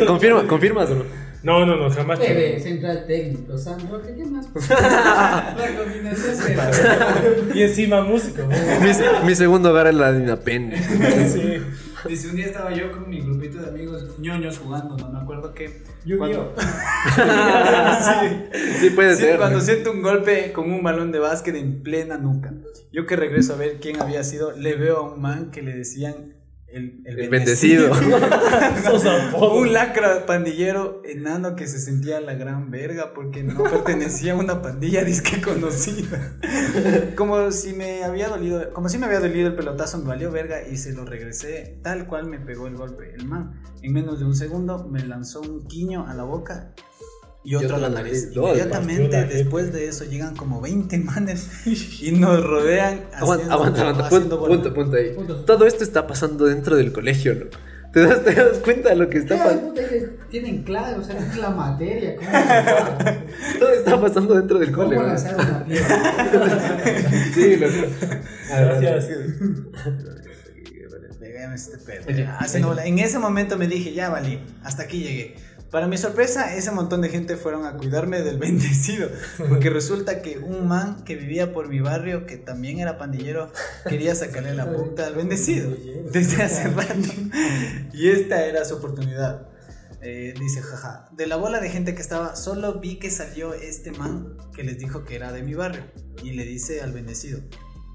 Speaker 1: Confirma, confirmas o no.
Speaker 4: No, no, no, jamás.
Speaker 5: Bebé, central técnico, San Roque, ¿qué más? La combinación se
Speaker 4: Y encima músico. <laughs> ¿no?
Speaker 1: Mi, mi segundo hogar es la Dinapende.
Speaker 4: Sí.
Speaker 6: Dice, un día estaba yo con mi grupito de amigos ñoños jugando, no me acuerdo qué. Cuando- <laughs>
Speaker 1: Sí, puede
Speaker 6: Sí,
Speaker 1: ser.
Speaker 6: cuando siento un golpe con un balón de básquet en plena nuca. Yo que regreso a ver quién había sido, le veo a un man que le decían el, el
Speaker 1: El bendecido.
Speaker 4: Esos apodos.
Speaker 6: Un lacra pandillero enano que se sentía la gran verga porque no pertenecía a una pandilla disque conocida. Como si me había dolido, como si me había dolido el pelotazo, me valió verga y se lo regresé tal cual me pegó el golpe. El man, en menos de un segundo, me lanzó un quiño a la boca. Y otro a la nariz.
Speaker 1: Dos,
Speaker 4: partió la
Speaker 6: Inmediatamente
Speaker 4: jeta.
Speaker 6: después de eso llegan como 20 manes y nos rodean.
Speaker 1: <laughs> Aguanta,
Speaker 6: haciendo-
Speaker 1: aguanta, aguanta.
Speaker 6: haciendo
Speaker 1: Punto,
Speaker 6: bola.
Speaker 1: punto, punto ahí. Todo esto está pasando dentro del colegio, loco. ¿Te das, te das cuenta de lo que está pasando?
Speaker 5: Tienen clave, o sea, es la materia. ¿Cómo se
Speaker 1: Todo está pasando dentro del
Speaker 5: ¿Cómo
Speaker 1: cole, güey.
Speaker 5: lanzar una
Speaker 1: <laughs>
Speaker 5: piedra?
Speaker 1: Sí, loco.
Speaker 4: Gracias.
Speaker 6: Ah, Veremos este pedo. Haciendo bola. En ese momento me dije, ya valí, hasta aquí llegué. Para mi sorpresa, ese montón de gente fueron a cuidarme del <laughs> bendecido, porque resulta que un man que vivía por mi barrio, que también era pandillero, quería sacarle la punta al bendecido desde hace rato. Y esta era su oportunidad. Eh, dice, jaja, de la bola de gente que estaba, solo vi que salió este man que les dijo que era de mi barrio. Y le dice al bendecido.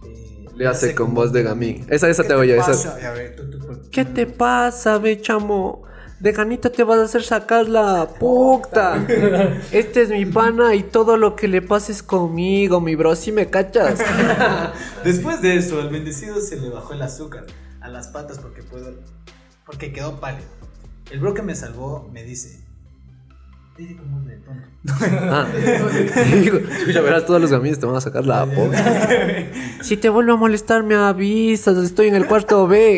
Speaker 6: eh,
Speaker 1: Le hace con voz de gamín. Esa, esa te voy a decir.
Speaker 6: pasa? A ver, tú, tú, por- <laughs>
Speaker 1: ¿Qué te pasa, mi chamo? De ganito te vas a hacer sacar la puta. Este es mi pana y todo lo que le pases conmigo, mi bro. Si
Speaker 6: <laughs>
Speaker 1: me cachas.
Speaker 6: Después de eso, al bendecido se le bajó el azúcar a las patas porque puedo, porque quedó pálido. El bro que me salvó me dice. "Dile cómo me pongo".
Speaker 1: Ah. <laughs> Digo, Escucha, verás, todos los gamines te van a sacar la puta.
Speaker 6: <laughs>
Speaker 1: Si te vuelvo a molestar, me avisas. Estoy en el cuarto
Speaker 4: <laughs>
Speaker 1: B.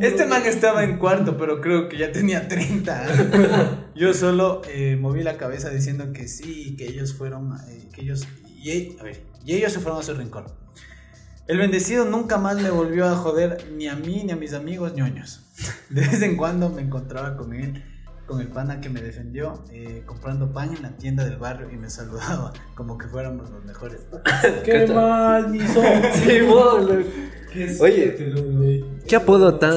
Speaker 6: Este man estaba en cuarto, pero creo que ya tenía 30 años. Yo solo eh, moví la cabeza diciendo que sí, que ellos fueron, eh, que ellos, y, e- a ver, y ellos se fueron a su rincón. El bendecido nunca más me volvió a joder ni a mí ni a mis amigos ñoños. <laughs> De vez en cuando me encontraba con él, con el pana que me defendió, eh, comprando pan en la tienda del barrio y me saludaba como que fuéramos los mejores.
Speaker 4: ¡Qué mal, mi son!
Speaker 1: Oye,
Speaker 4: este,
Speaker 1: ¿qué apodo tan.?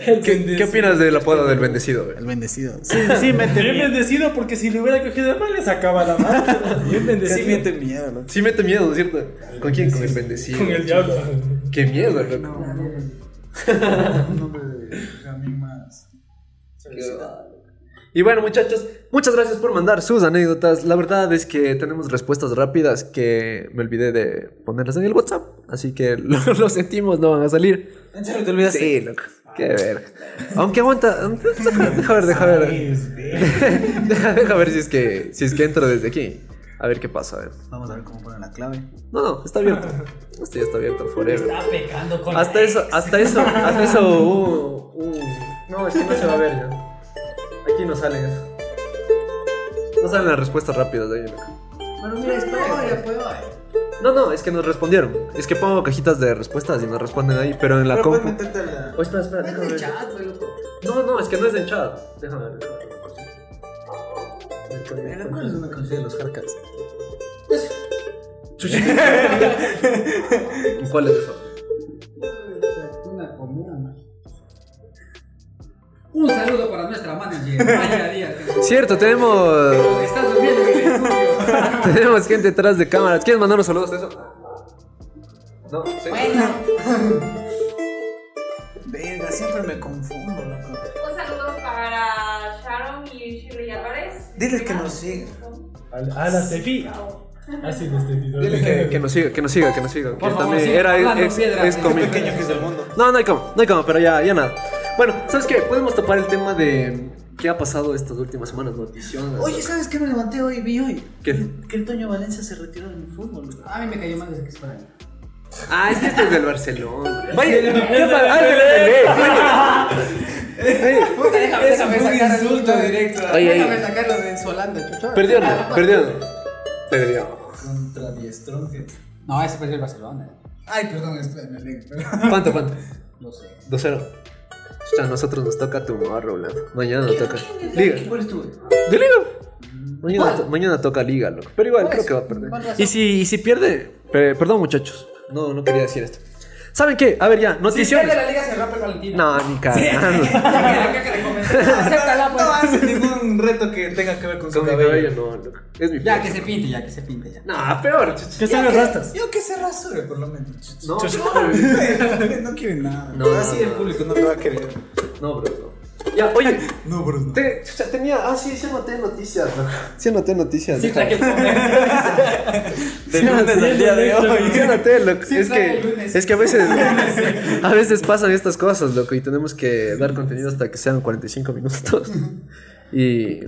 Speaker 6: El
Speaker 1: ¿Qué, qué opinas del apodo del bendecido, güey?
Speaker 6: bendecido.
Speaker 4: Sí, me Bien bendecido porque si le hubiera cogido mal le sacaba
Speaker 6: <laughs>
Speaker 4: la mano. Bien
Speaker 6: Sí,
Speaker 4: bendecido.
Speaker 6: mete miedo, ¿no?
Speaker 1: Sí, mete miedo, ¿cierto? ¿Con quién? Con el bendecido.
Speaker 4: Con el diablo.
Speaker 1: Qué miedo, loco.
Speaker 6: Un nombre de gamín más.
Speaker 1: Y bueno, muchachos, muchas gracias por mandar sus anécdotas. La verdad es que tenemos respuestas rápidas que me olvidé de ponerlas en el WhatsApp. Así que <laughs> lo, lo sentimos, no van a salir.
Speaker 6: ¿En serio te olvidaste?
Speaker 1: Sí, loco. Qué verga. Aunque aguanta. Deja ver, deja ver. <laughs> Deja, deja ver si es que si es que entro desde aquí. A ver qué pasa. A ver.
Speaker 6: Vamos a ver cómo ponen la clave.
Speaker 1: No, no, está abierto. Esto ya está abierto forever.
Speaker 8: Está pecando con
Speaker 1: Hasta
Speaker 8: la
Speaker 1: eso,
Speaker 8: ex.
Speaker 1: hasta eso, hasta eso. uh, uh. No, es que no se va a ver ya. Aquí no sale eso. No salen las respuestas rápidas de ahí, loco.
Speaker 9: Pero mira, historia, pues.
Speaker 1: No, no, es que nos respondieron. Es que pongo cajitas de respuestas y nos responden ahí, pero en la
Speaker 6: Pero puedes
Speaker 1: compu.
Speaker 6: meterte a la.
Speaker 1: Oh, espera, espera, déjame
Speaker 5: Este
Speaker 1: ver.
Speaker 9: Chat, pues, loco.
Speaker 1: No, no, es que no es en chat. Déjame ver. déjame ver.
Speaker 6: ¿Cuál es una canción de los Harkats?
Speaker 1: <laughs> ¿Cuál es eso?
Speaker 5: Una comuna Un saludo para nuestra manager, Maya Díaz.
Speaker 1: <laughs> Cierto, tenemos. <laughs>
Speaker 5: que Está durmiendo en el estudio.
Speaker 1: Tenemos gente detrás de cámaras. ¿Quieres mandar unos saludos a eso? No, sí.
Speaker 6: Verga, siempre me confundo, loco.
Speaker 10: Un saludo para Sharon y Shirley Álvarez.
Speaker 6: Diles que nos sigan.
Speaker 4: A a la Steffi. Así de Steffi. ¿no?
Speaker 1: Que, que nos siga, que nos siga, que nos siga. que
Speaker 5: favor,
Speaker 1: también
Speaker 5: siga
Speaker 1: era
Speaker 5: hablando,
Speaker 1: ex,
Speaker 5: piedra. este
Speaker 1: ex cómico.
Speaker 6: Pequeño que es el mundo.
Speaker 1: No, no hay como, no hay como, pero ya, ya nada. Bueno, ¿sabes qué? Podemos tapar el tema de qué ha pasado estas últimas semanas, noticiones.
Speaker 6: Oye, ¿sabes qué me levanté hoy y vi hoy?
Speaker 1: ¿Qué?
Speaker 6: Que el Toño Valencia se retiró del fútbol. loco.
Speaker 5: A mí me cayó mal desde que es para mí.
Speaker 1: Ah, es que este es del Barcelona. Vaya, ¿qué pasa? Ah, es del Belé. Oye,
Speaker 5: Déjame, déjame sacar el insulto directo.
Speaker 1: Oye,
Speaker 5: Déjame
Speaker 1: oye.
Speaker 5: sacarlo de su Holanda, chucho.
Speaker 1: Perdió, ¿no? perdió. ¿no? Perdió.
Speaker 6: Contra Diestrón, que.
Speaker 5: No, ese perdió el Barcelona.
Speaker 11: Ay, perdón, estoy me alegro, pero-
Speaker 1: ¿Cuánto, cuánto? <laughs> No sé. 2-0. Chucha, a nosotros nos toca tu morro, Blanco. Mañana nos toca. Liga.
Speaker 6: ¿Cuál <laughs> es tu?
Speaker 1: ¿De Liga? Mañana, to- mañana toca Liga, loco. Pero igual, creo que va a perder. Y si, y si pierde. pe- perdón, muchachos. No, no quería decir esto. ¿Saben qué? A ver, ya, noticiones.
Speaker 5: la liga se rompe el Valentino.
Speaker 1: No, ni <laughs> cagando.
Speaker 6: <laughs>
Speaker 5: Acéptala,
Speaker 6: No
Speaker 5: pues.
Speaker 6: hace ningún reto que tenga que ver con su
Speaker 1: Con mi
Speaker 6: cabello.
Speaker 1: cabello, no, loco. Es mi
Speaker 5: Ya
Speaker 1: fe.
Speaker 5: que se pinte, ya que se pinte. Ya.
Speaker 1: No, peor. chucha.
Speaker 4: ¿Qué sabe rastas?
Speaker 6: Yo que se rasure, por lo menos.
Speaker 1: No, no,
Speaker 6: No quiere nada.
Speaker 1: No,
Speaker 6: así
Speaker 1: no,
Speaker 6: el
Speaker 1: no.
Speaker 6: público no te va a querer.
Speaker 1: no, bro. no. Ya, oye,
Speaker 6: No, bro. No.
Speaker 1: te, chucha, tenía. Ah, sí, sí anoté noticias, loco. <laughs> Sí anoté noticias.
Speaker 8: Sí,
Speaker 1: loco.
Speaker 8: traje comer.
Speaker 1: <laughs>
Speaker 6: Del lunes al día de hoy.
Speaker 1: Sí, anoté, loco. es que, es que a veces, <laughs> a veces pasan estas cosas, loco, y tenemos que dar contenido hasta que sean 45 minutos. <laughs> Y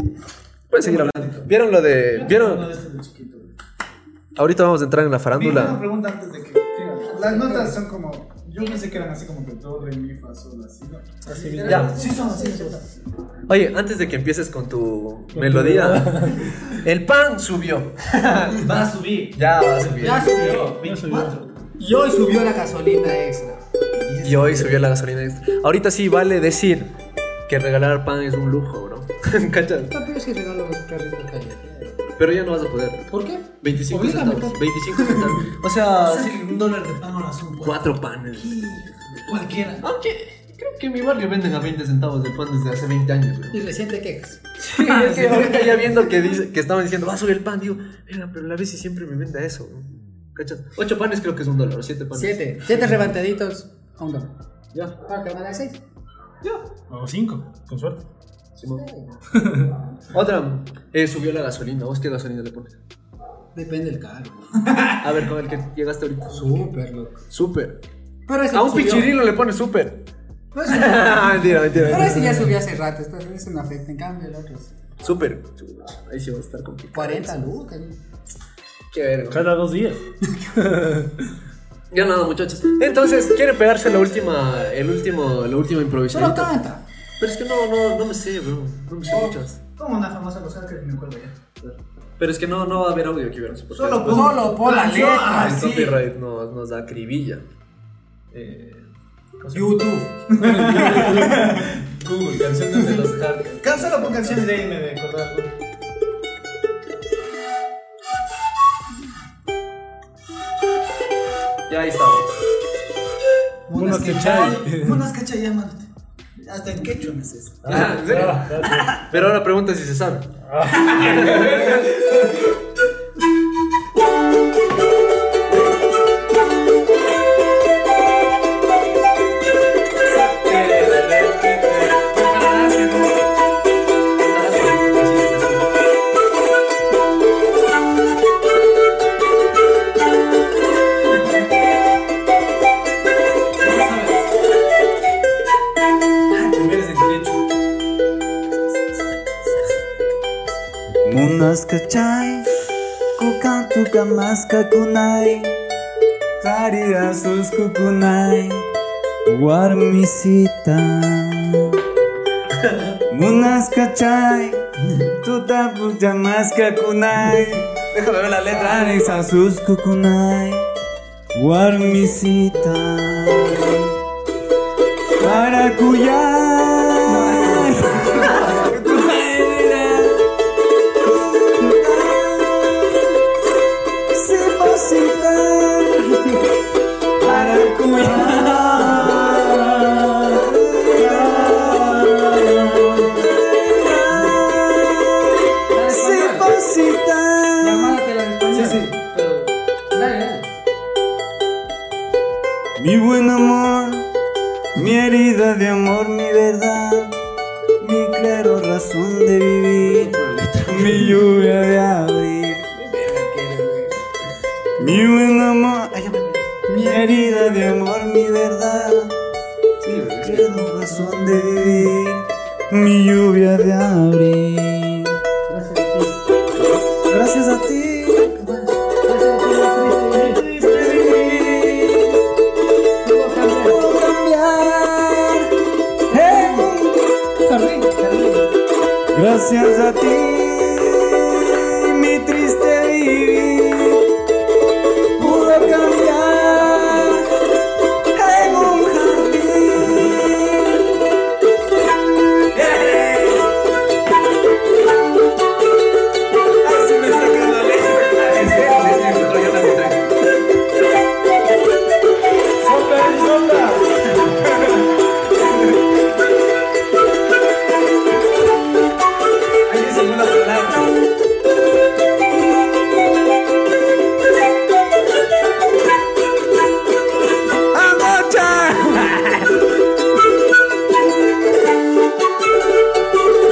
Speaker 1: pueden seguir hablando. ¿Vieron lo de. ¿Vieron? Ahorita vamos a entrar en la
Speaker 11: Una
Speaker 1: farándula.
Speaker 11: pregunta antes de que. Las notas son como. Yo pensé que eran así como que todo re mi fa sol así. ¿no? Así
Speaker 1: Ya.
Speaker 11: Sí son así. son.
Speaker 1: Oye, antes de que empieces con tu melodía, el pan subió.
Speaker 8: Va a subir.
Speaker 1: Ya va a subir.
Speaker 5: Ya subió.
Speaker 8: Ya subió.
Speaker 5: Y hoy subió la gasolina extra.
Speaker 1: Y hoy subió la gasolina extra. Ahorita sí vale decir que regalar pan es un lujo, bro. <laughs> ¿Cachas?
Speaker 5: Tampoco es que regalo los carros de calle.
Speaker 1: Pero ya no vas a poder.
Speaker 5: ¿Por qué?
Speaker 1: 25
Speaker 5: Oblígame,
Speaker 1: centavos.
Speaker 5: papi.
Speaker 1: 25 centavos.
Speaker 6: O sea, sí, un dólar de pan ahora son cuatro.
Speaker 1: Cuatro panes.
Speaker 6: Cualquiera.
Speaker 1: Aunque creo que en mi barrio venden a 20 centavos de pan desde hace 20 años, Ah, güey.
Speaker 5: Y recién te quejas.
Speaker 1: Sí, es que ahorita ya viendo que, dice, que estaban diciendo, va a subir el pan, digo, "Verga, pero la bici siempre me vende a eso, güey". ¿Cachas? Ocho panes creo que es un dólar, o siete panes.
Speaker 5: Siete. Siete levantaditos a un dólar.
Speaker 1: Ya,
Speaker 5: Ahora te Ah, van a dar seis.
Speaker 4: O cinco, con suerte.
Speaker 1: Simón. Otra, eh, subió la gasolina. ¿Vos qué gasolina le pones?
Speaker 5: Depende del carro.
Speaker 1: A ver, con el que llegaste ahorita.
Speaker 5: Súper loco.
Speaker 1: Súper.
Speaker 5: Pero ese
Speaker 1: A
Speaker 5: no
Speaker 1: un
Speaker 5: subió.
Speaker 1: pichirilo le pones súper.
Speaker 5: No, ese no.
Speaker 1: <laughs> mentira, mentira,
Speaker 5: Pero
Speaker 1: mentira.
Speaker 5: ese ya subió hace rato. esto- Eso no afecta. En cambio, el otro es
Speaker 1: Súper. Ahí sí va a estar complicado.
Speaker 5: 40 lucas.
Speaker 1: Qué verga.
Speaker 4: Cada dos días.
Speaker 1: Ya nada, muchachos. Entonces, ¿quieren pegarse la última, el último, la última
Speaker 5: Solo
Speaker 1: improvisadita?
Speaker 5: canta.
Speaker 1: Pero es que no, no, no me sé, bro. No me sé muchas.
Speaker 6: Como una famosa cosa que me acuerdo ya.
Speaker 1: Pero es que no, no va a haber audio aquí, verás. porque
Speaker 6: Solo
Speaker 1: después
Speaker 6: pon-
Speaker 5: Solo por la
Speaker 6: canción.
Speaker 5: letra.
Speaker 6: Ah,
Speaker 1: el
Speaker 6: sí.
Speaker 1: copyright nos, nos da cribilla. Eh,
Speaker 6: YouTube.
Speaker 1: <laughs> Google, canciones de los Hardcore.
Speaker 6: Cánsalo con canciones de ahí, me de acordar algo.
Speaker 1: Ya ahí está.
Speaker 6: Unas
Speaker 4: Unos
Speaker 6: que
Speaker 4: cachay.
Speaker 6: chay. Unas cachay, llámate. Hasta en quechua me sé.
Speaker 1: Ah, ¿en serio? Pero ahora pregunta si se sabe.
Speaker 12: Munas kachai, kukan tukang mas kakunai, karira sus kukunai, warmisita. Munas kachai, tuta puta mas kakunai, déjame ver la letra, karisa sus kukunai, warmisita. Karakuyai, karakuyai. Se posible para cuidar. Se posible.
Speaker 5: Llamártela en español. Sí, sí. Pero. Dale, dale.
Speaker 12: Mi buen amor, mi herida de amor, mi verdad, mi claro razón de vivir,
Speaker 1: Este,
Speaker 12: mi lluvia de abril. Mi buen amor, ay, ya me- mi herida de amor, mi verdad, mi claro razón de vivir, mi lluvia de abril. Gracias a ti. Triste vivir. Puedo cambiar. Hey. Gracias a ti, mi triste vivir pudo cambiar en un jardín. Hey. Ay, se me saca la letra.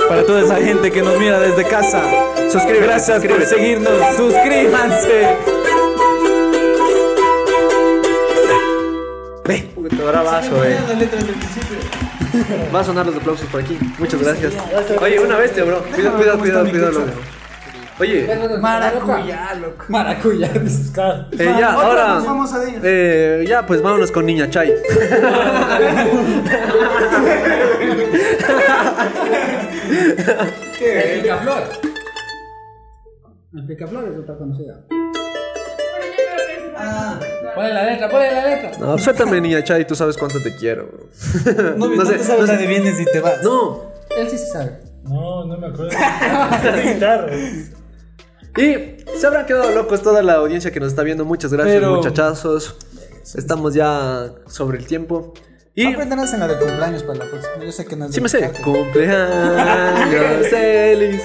Speaker 12: Para toda esa gente que nos mira desde casa, gracias por seguirnos, suscríbanse.
Speaker 1: Puta, ahora vaso, eh. Va a sonar los aplausos por aquí. Muchas gracias. Oye, una bestia, bro. Cuidado, cuidado, cuidado, cuidado. loco. Oye, eh,
Speaker 5: Maracuyá, loco. Maracuyá.
Speaker 6: <laughs>
Speaker 5: dices.
Speaker 4: Claro.
Speaker 1: eh, ya, ahora.
Speaker 6: Vamos a ella.
Speaker 1: Eh, ya, pues vámonos con Niña Chay.
Speaker 5: El picaflor. El picaflor es otra conocida.
Speaker 6: Ah.
Speaker 5: Ponle la letra, ponle la letra.
Speaker 1: No, suéltame, Niña Chay, tú sabes cuánto te quiero. bro. <laughs> No, sé, no sé.
Speaker 6: adivines y te vas.
Speaker 1: No,
Speaker 5: Él sí se sabe.
Speaker 4: No, no me acuerdo. Es de guitarra.
Speaker 1: Y se habrán quedado locos toda la audiencia que nos está viendo. Muchas gracias,
Speaker 6: Pero-
Speaker 1: muchachazos. Estamos ya sobre el tiempo. Y
Speaker 6: Aprenderás en la de cumpleaños para la próxima. Yo sé que no es
Speaker 1: sí
Speaker 6: de
Speaker 1: me sé.
Speaker 6: quitarte.
Speaker 1: Cumpleaños feliz.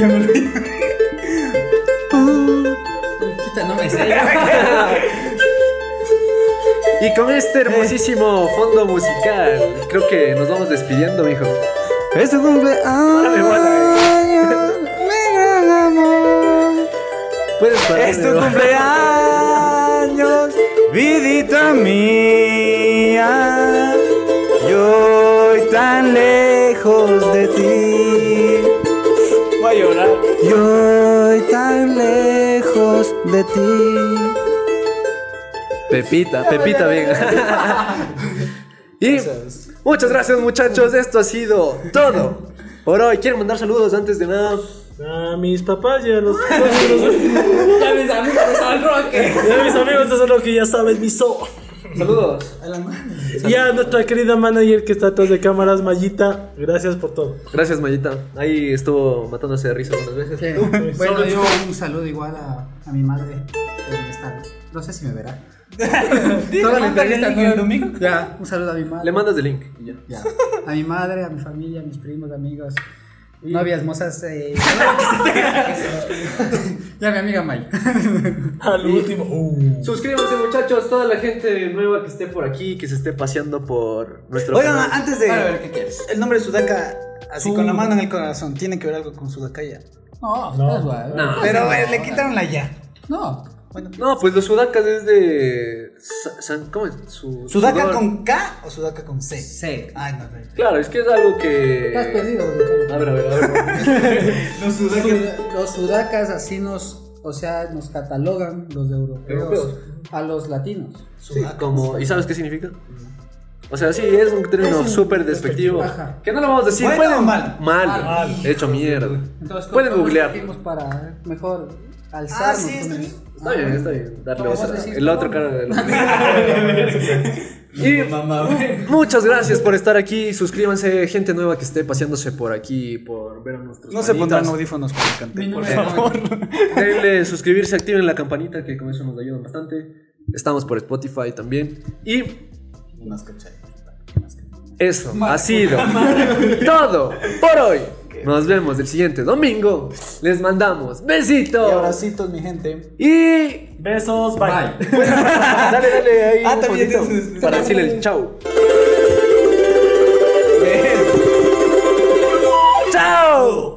Speaker 6: Ya me olvidé.
Speaker 5: Puta, <laughs> no me sé.
Speaker 1: Y con este hermosísimo fondo musical, creo que nos vamos despidiendo, mijo. Ah.
Speaker 12: Es tu
Speaker 1: Párame,
Speaker 12: cumpleaños. Mi gran amor.
Speaker 1: Puedes parar.
Speaker 12: Es
Speaker 1: de-
Speaker 12: tu cumpleaños, vidita mía. Yo hoy tan lejos de ti.
Speaker 13: Voy a llorar.
Speaker 12: Yo hoy tan lejos de ti.
Speaker 1: Pepita, Pepita, venga. y muchas gracias, muchachos. Esto ha sido todo. Por hoy, quiero mandar saludos antes de nada.
Speaker 4: <laughs> A mis papás y a los. a mis
Speaker 3: Ya mis amigos de San Roque.
Speaker 4: amigos, eso es lo que ya saben, mi so.
Speaker 1: Saludos.
Speaker 4: Y a nuestra querida manager que está atrás de cámaras, Mayita. Gracias por todo.
Speaker 1: Gracias, Mayita. Ahí estuvo matándose de risa unas veces.
Speaker 5: Bueno, pues, yo un saludo igual a, a mi madre. que me está- No sé si me <laughs> verá. Toda la entrevista no- Ya, un saludo a mi madre.
Speaker 1: Le mandas el link. y ya.
Speaker 5: Ya. A mi madre, a mi familia, a mis primos, amigos, novias, mozas. <laughs> eh, ya, mi amiga May.
Speaker 4: Al último. Uh.
Speaker 1: Suscríbanse, muchachos. Toda la gente nueva que esté por aquí, que se esté paseando por nuestro.
Speaker 6: Oigan,
Speaker 1: canal.
Speaker 6: antes de.
Speaker 5: A ver, ¿qué quieres?
Speaker 6: El nombre de Sudaka, así
Speaker 4: Su-
Speaker 6: con la mano en el corazón, tiene que ver algo con Sudakaya.
Speaker 5: No,
Speaker 4: No.
Speaker 5: estás guay.
Speaker 1: No.
Speaker 6: Pero eh, le quitaron la ya.
Speaker 5: No.
Speaker 1: No, pues los sudakas es de. sa- san- ¿Cómo es? Su-
Speaker 6: ¿Sudaka
Speaker 1: sudor.
Speaker 6: con K o Sudaka con C?
Speaker 5: Sí.
Speaker 6: Ay, no, no.
Speaker 1: Claro, es que es algo que.
Speaker 5: Estás perdido. güey.
Speaker 1: A ver, a ver, a ver.
Speaker 6: Los Sudakas.
Speaker 5: Sud- Los sudacas así nos, o sea, nos catalogan los europeos,
Speaker 1: Europeos.
Speaker 5: a los latinos.
Speaker 1: Sí, como, ¿Y sabes qué significa? O sea, sí, es un término súper despectivo.
Speaker 5: Ajá.
Speaker 1: Que no lo vamos a decir.
Speaker 6: ¿Bueno
Speaker 1: pueden-
Speaker 6: o mal?
Speaker 1: Mal.
Speaker 4: Mal.
Speaker 1: Hecho mierda.
Speaker 5: Entonces, ¿cómo-
Speaker 1: pueden
Speaker 5: cómo
Speaker 1: googlear.
Speaker 5: escogimos para mejor alzarnos.
Speaker 6: Ah, sí, está
Speaker 5: con
Speaker 6: bien.
Speaker 5: eso? Ah,
Speaker 1: Está bien, está bien. Darle
Speaker 5: Vamos a
Speaker 1: otra-
Speaker 5: decir
Speaker 1: el otro
Speaker 5: no.
Speaker 1: cara de Y muchas gracias por estar aquí. Suscríbanse, gente nueva que esté paseándose por aquí, por ver a nuestros.
Speaker 6: No se
Speaker 1: panitas.
Speaker 6: pondrán audífonos cuando cante, por
Speaker 5: número
Speaker 6: favor.
Speaker 1: Denle suscribirse, activen la campanita, que con eso nos ayudan bastante. Estamos por Spotify también. Y
Speaker 6: Unas cachaditas.
Speaker 1: Eso ha sido todo por hoy. Nos vemos el siguiente domingo. Les mandamos
Speaker 6: Y
Speaker 1: besitos.
Speaker 6: abracitos, mi gente.
Speaker 1: Y Pues,
Speaker 4: Besos, bye.
Speaker 1: dale,
Speaker 4: <laughs>
Speaker 1: dale ahí
Speaker 6: Ah,
Speaker 1: un
Speaker 6: también
Speaker 1: fondito
Speaker 6: tienes-
Speaker 1: para decirle el chau. ¡Chao!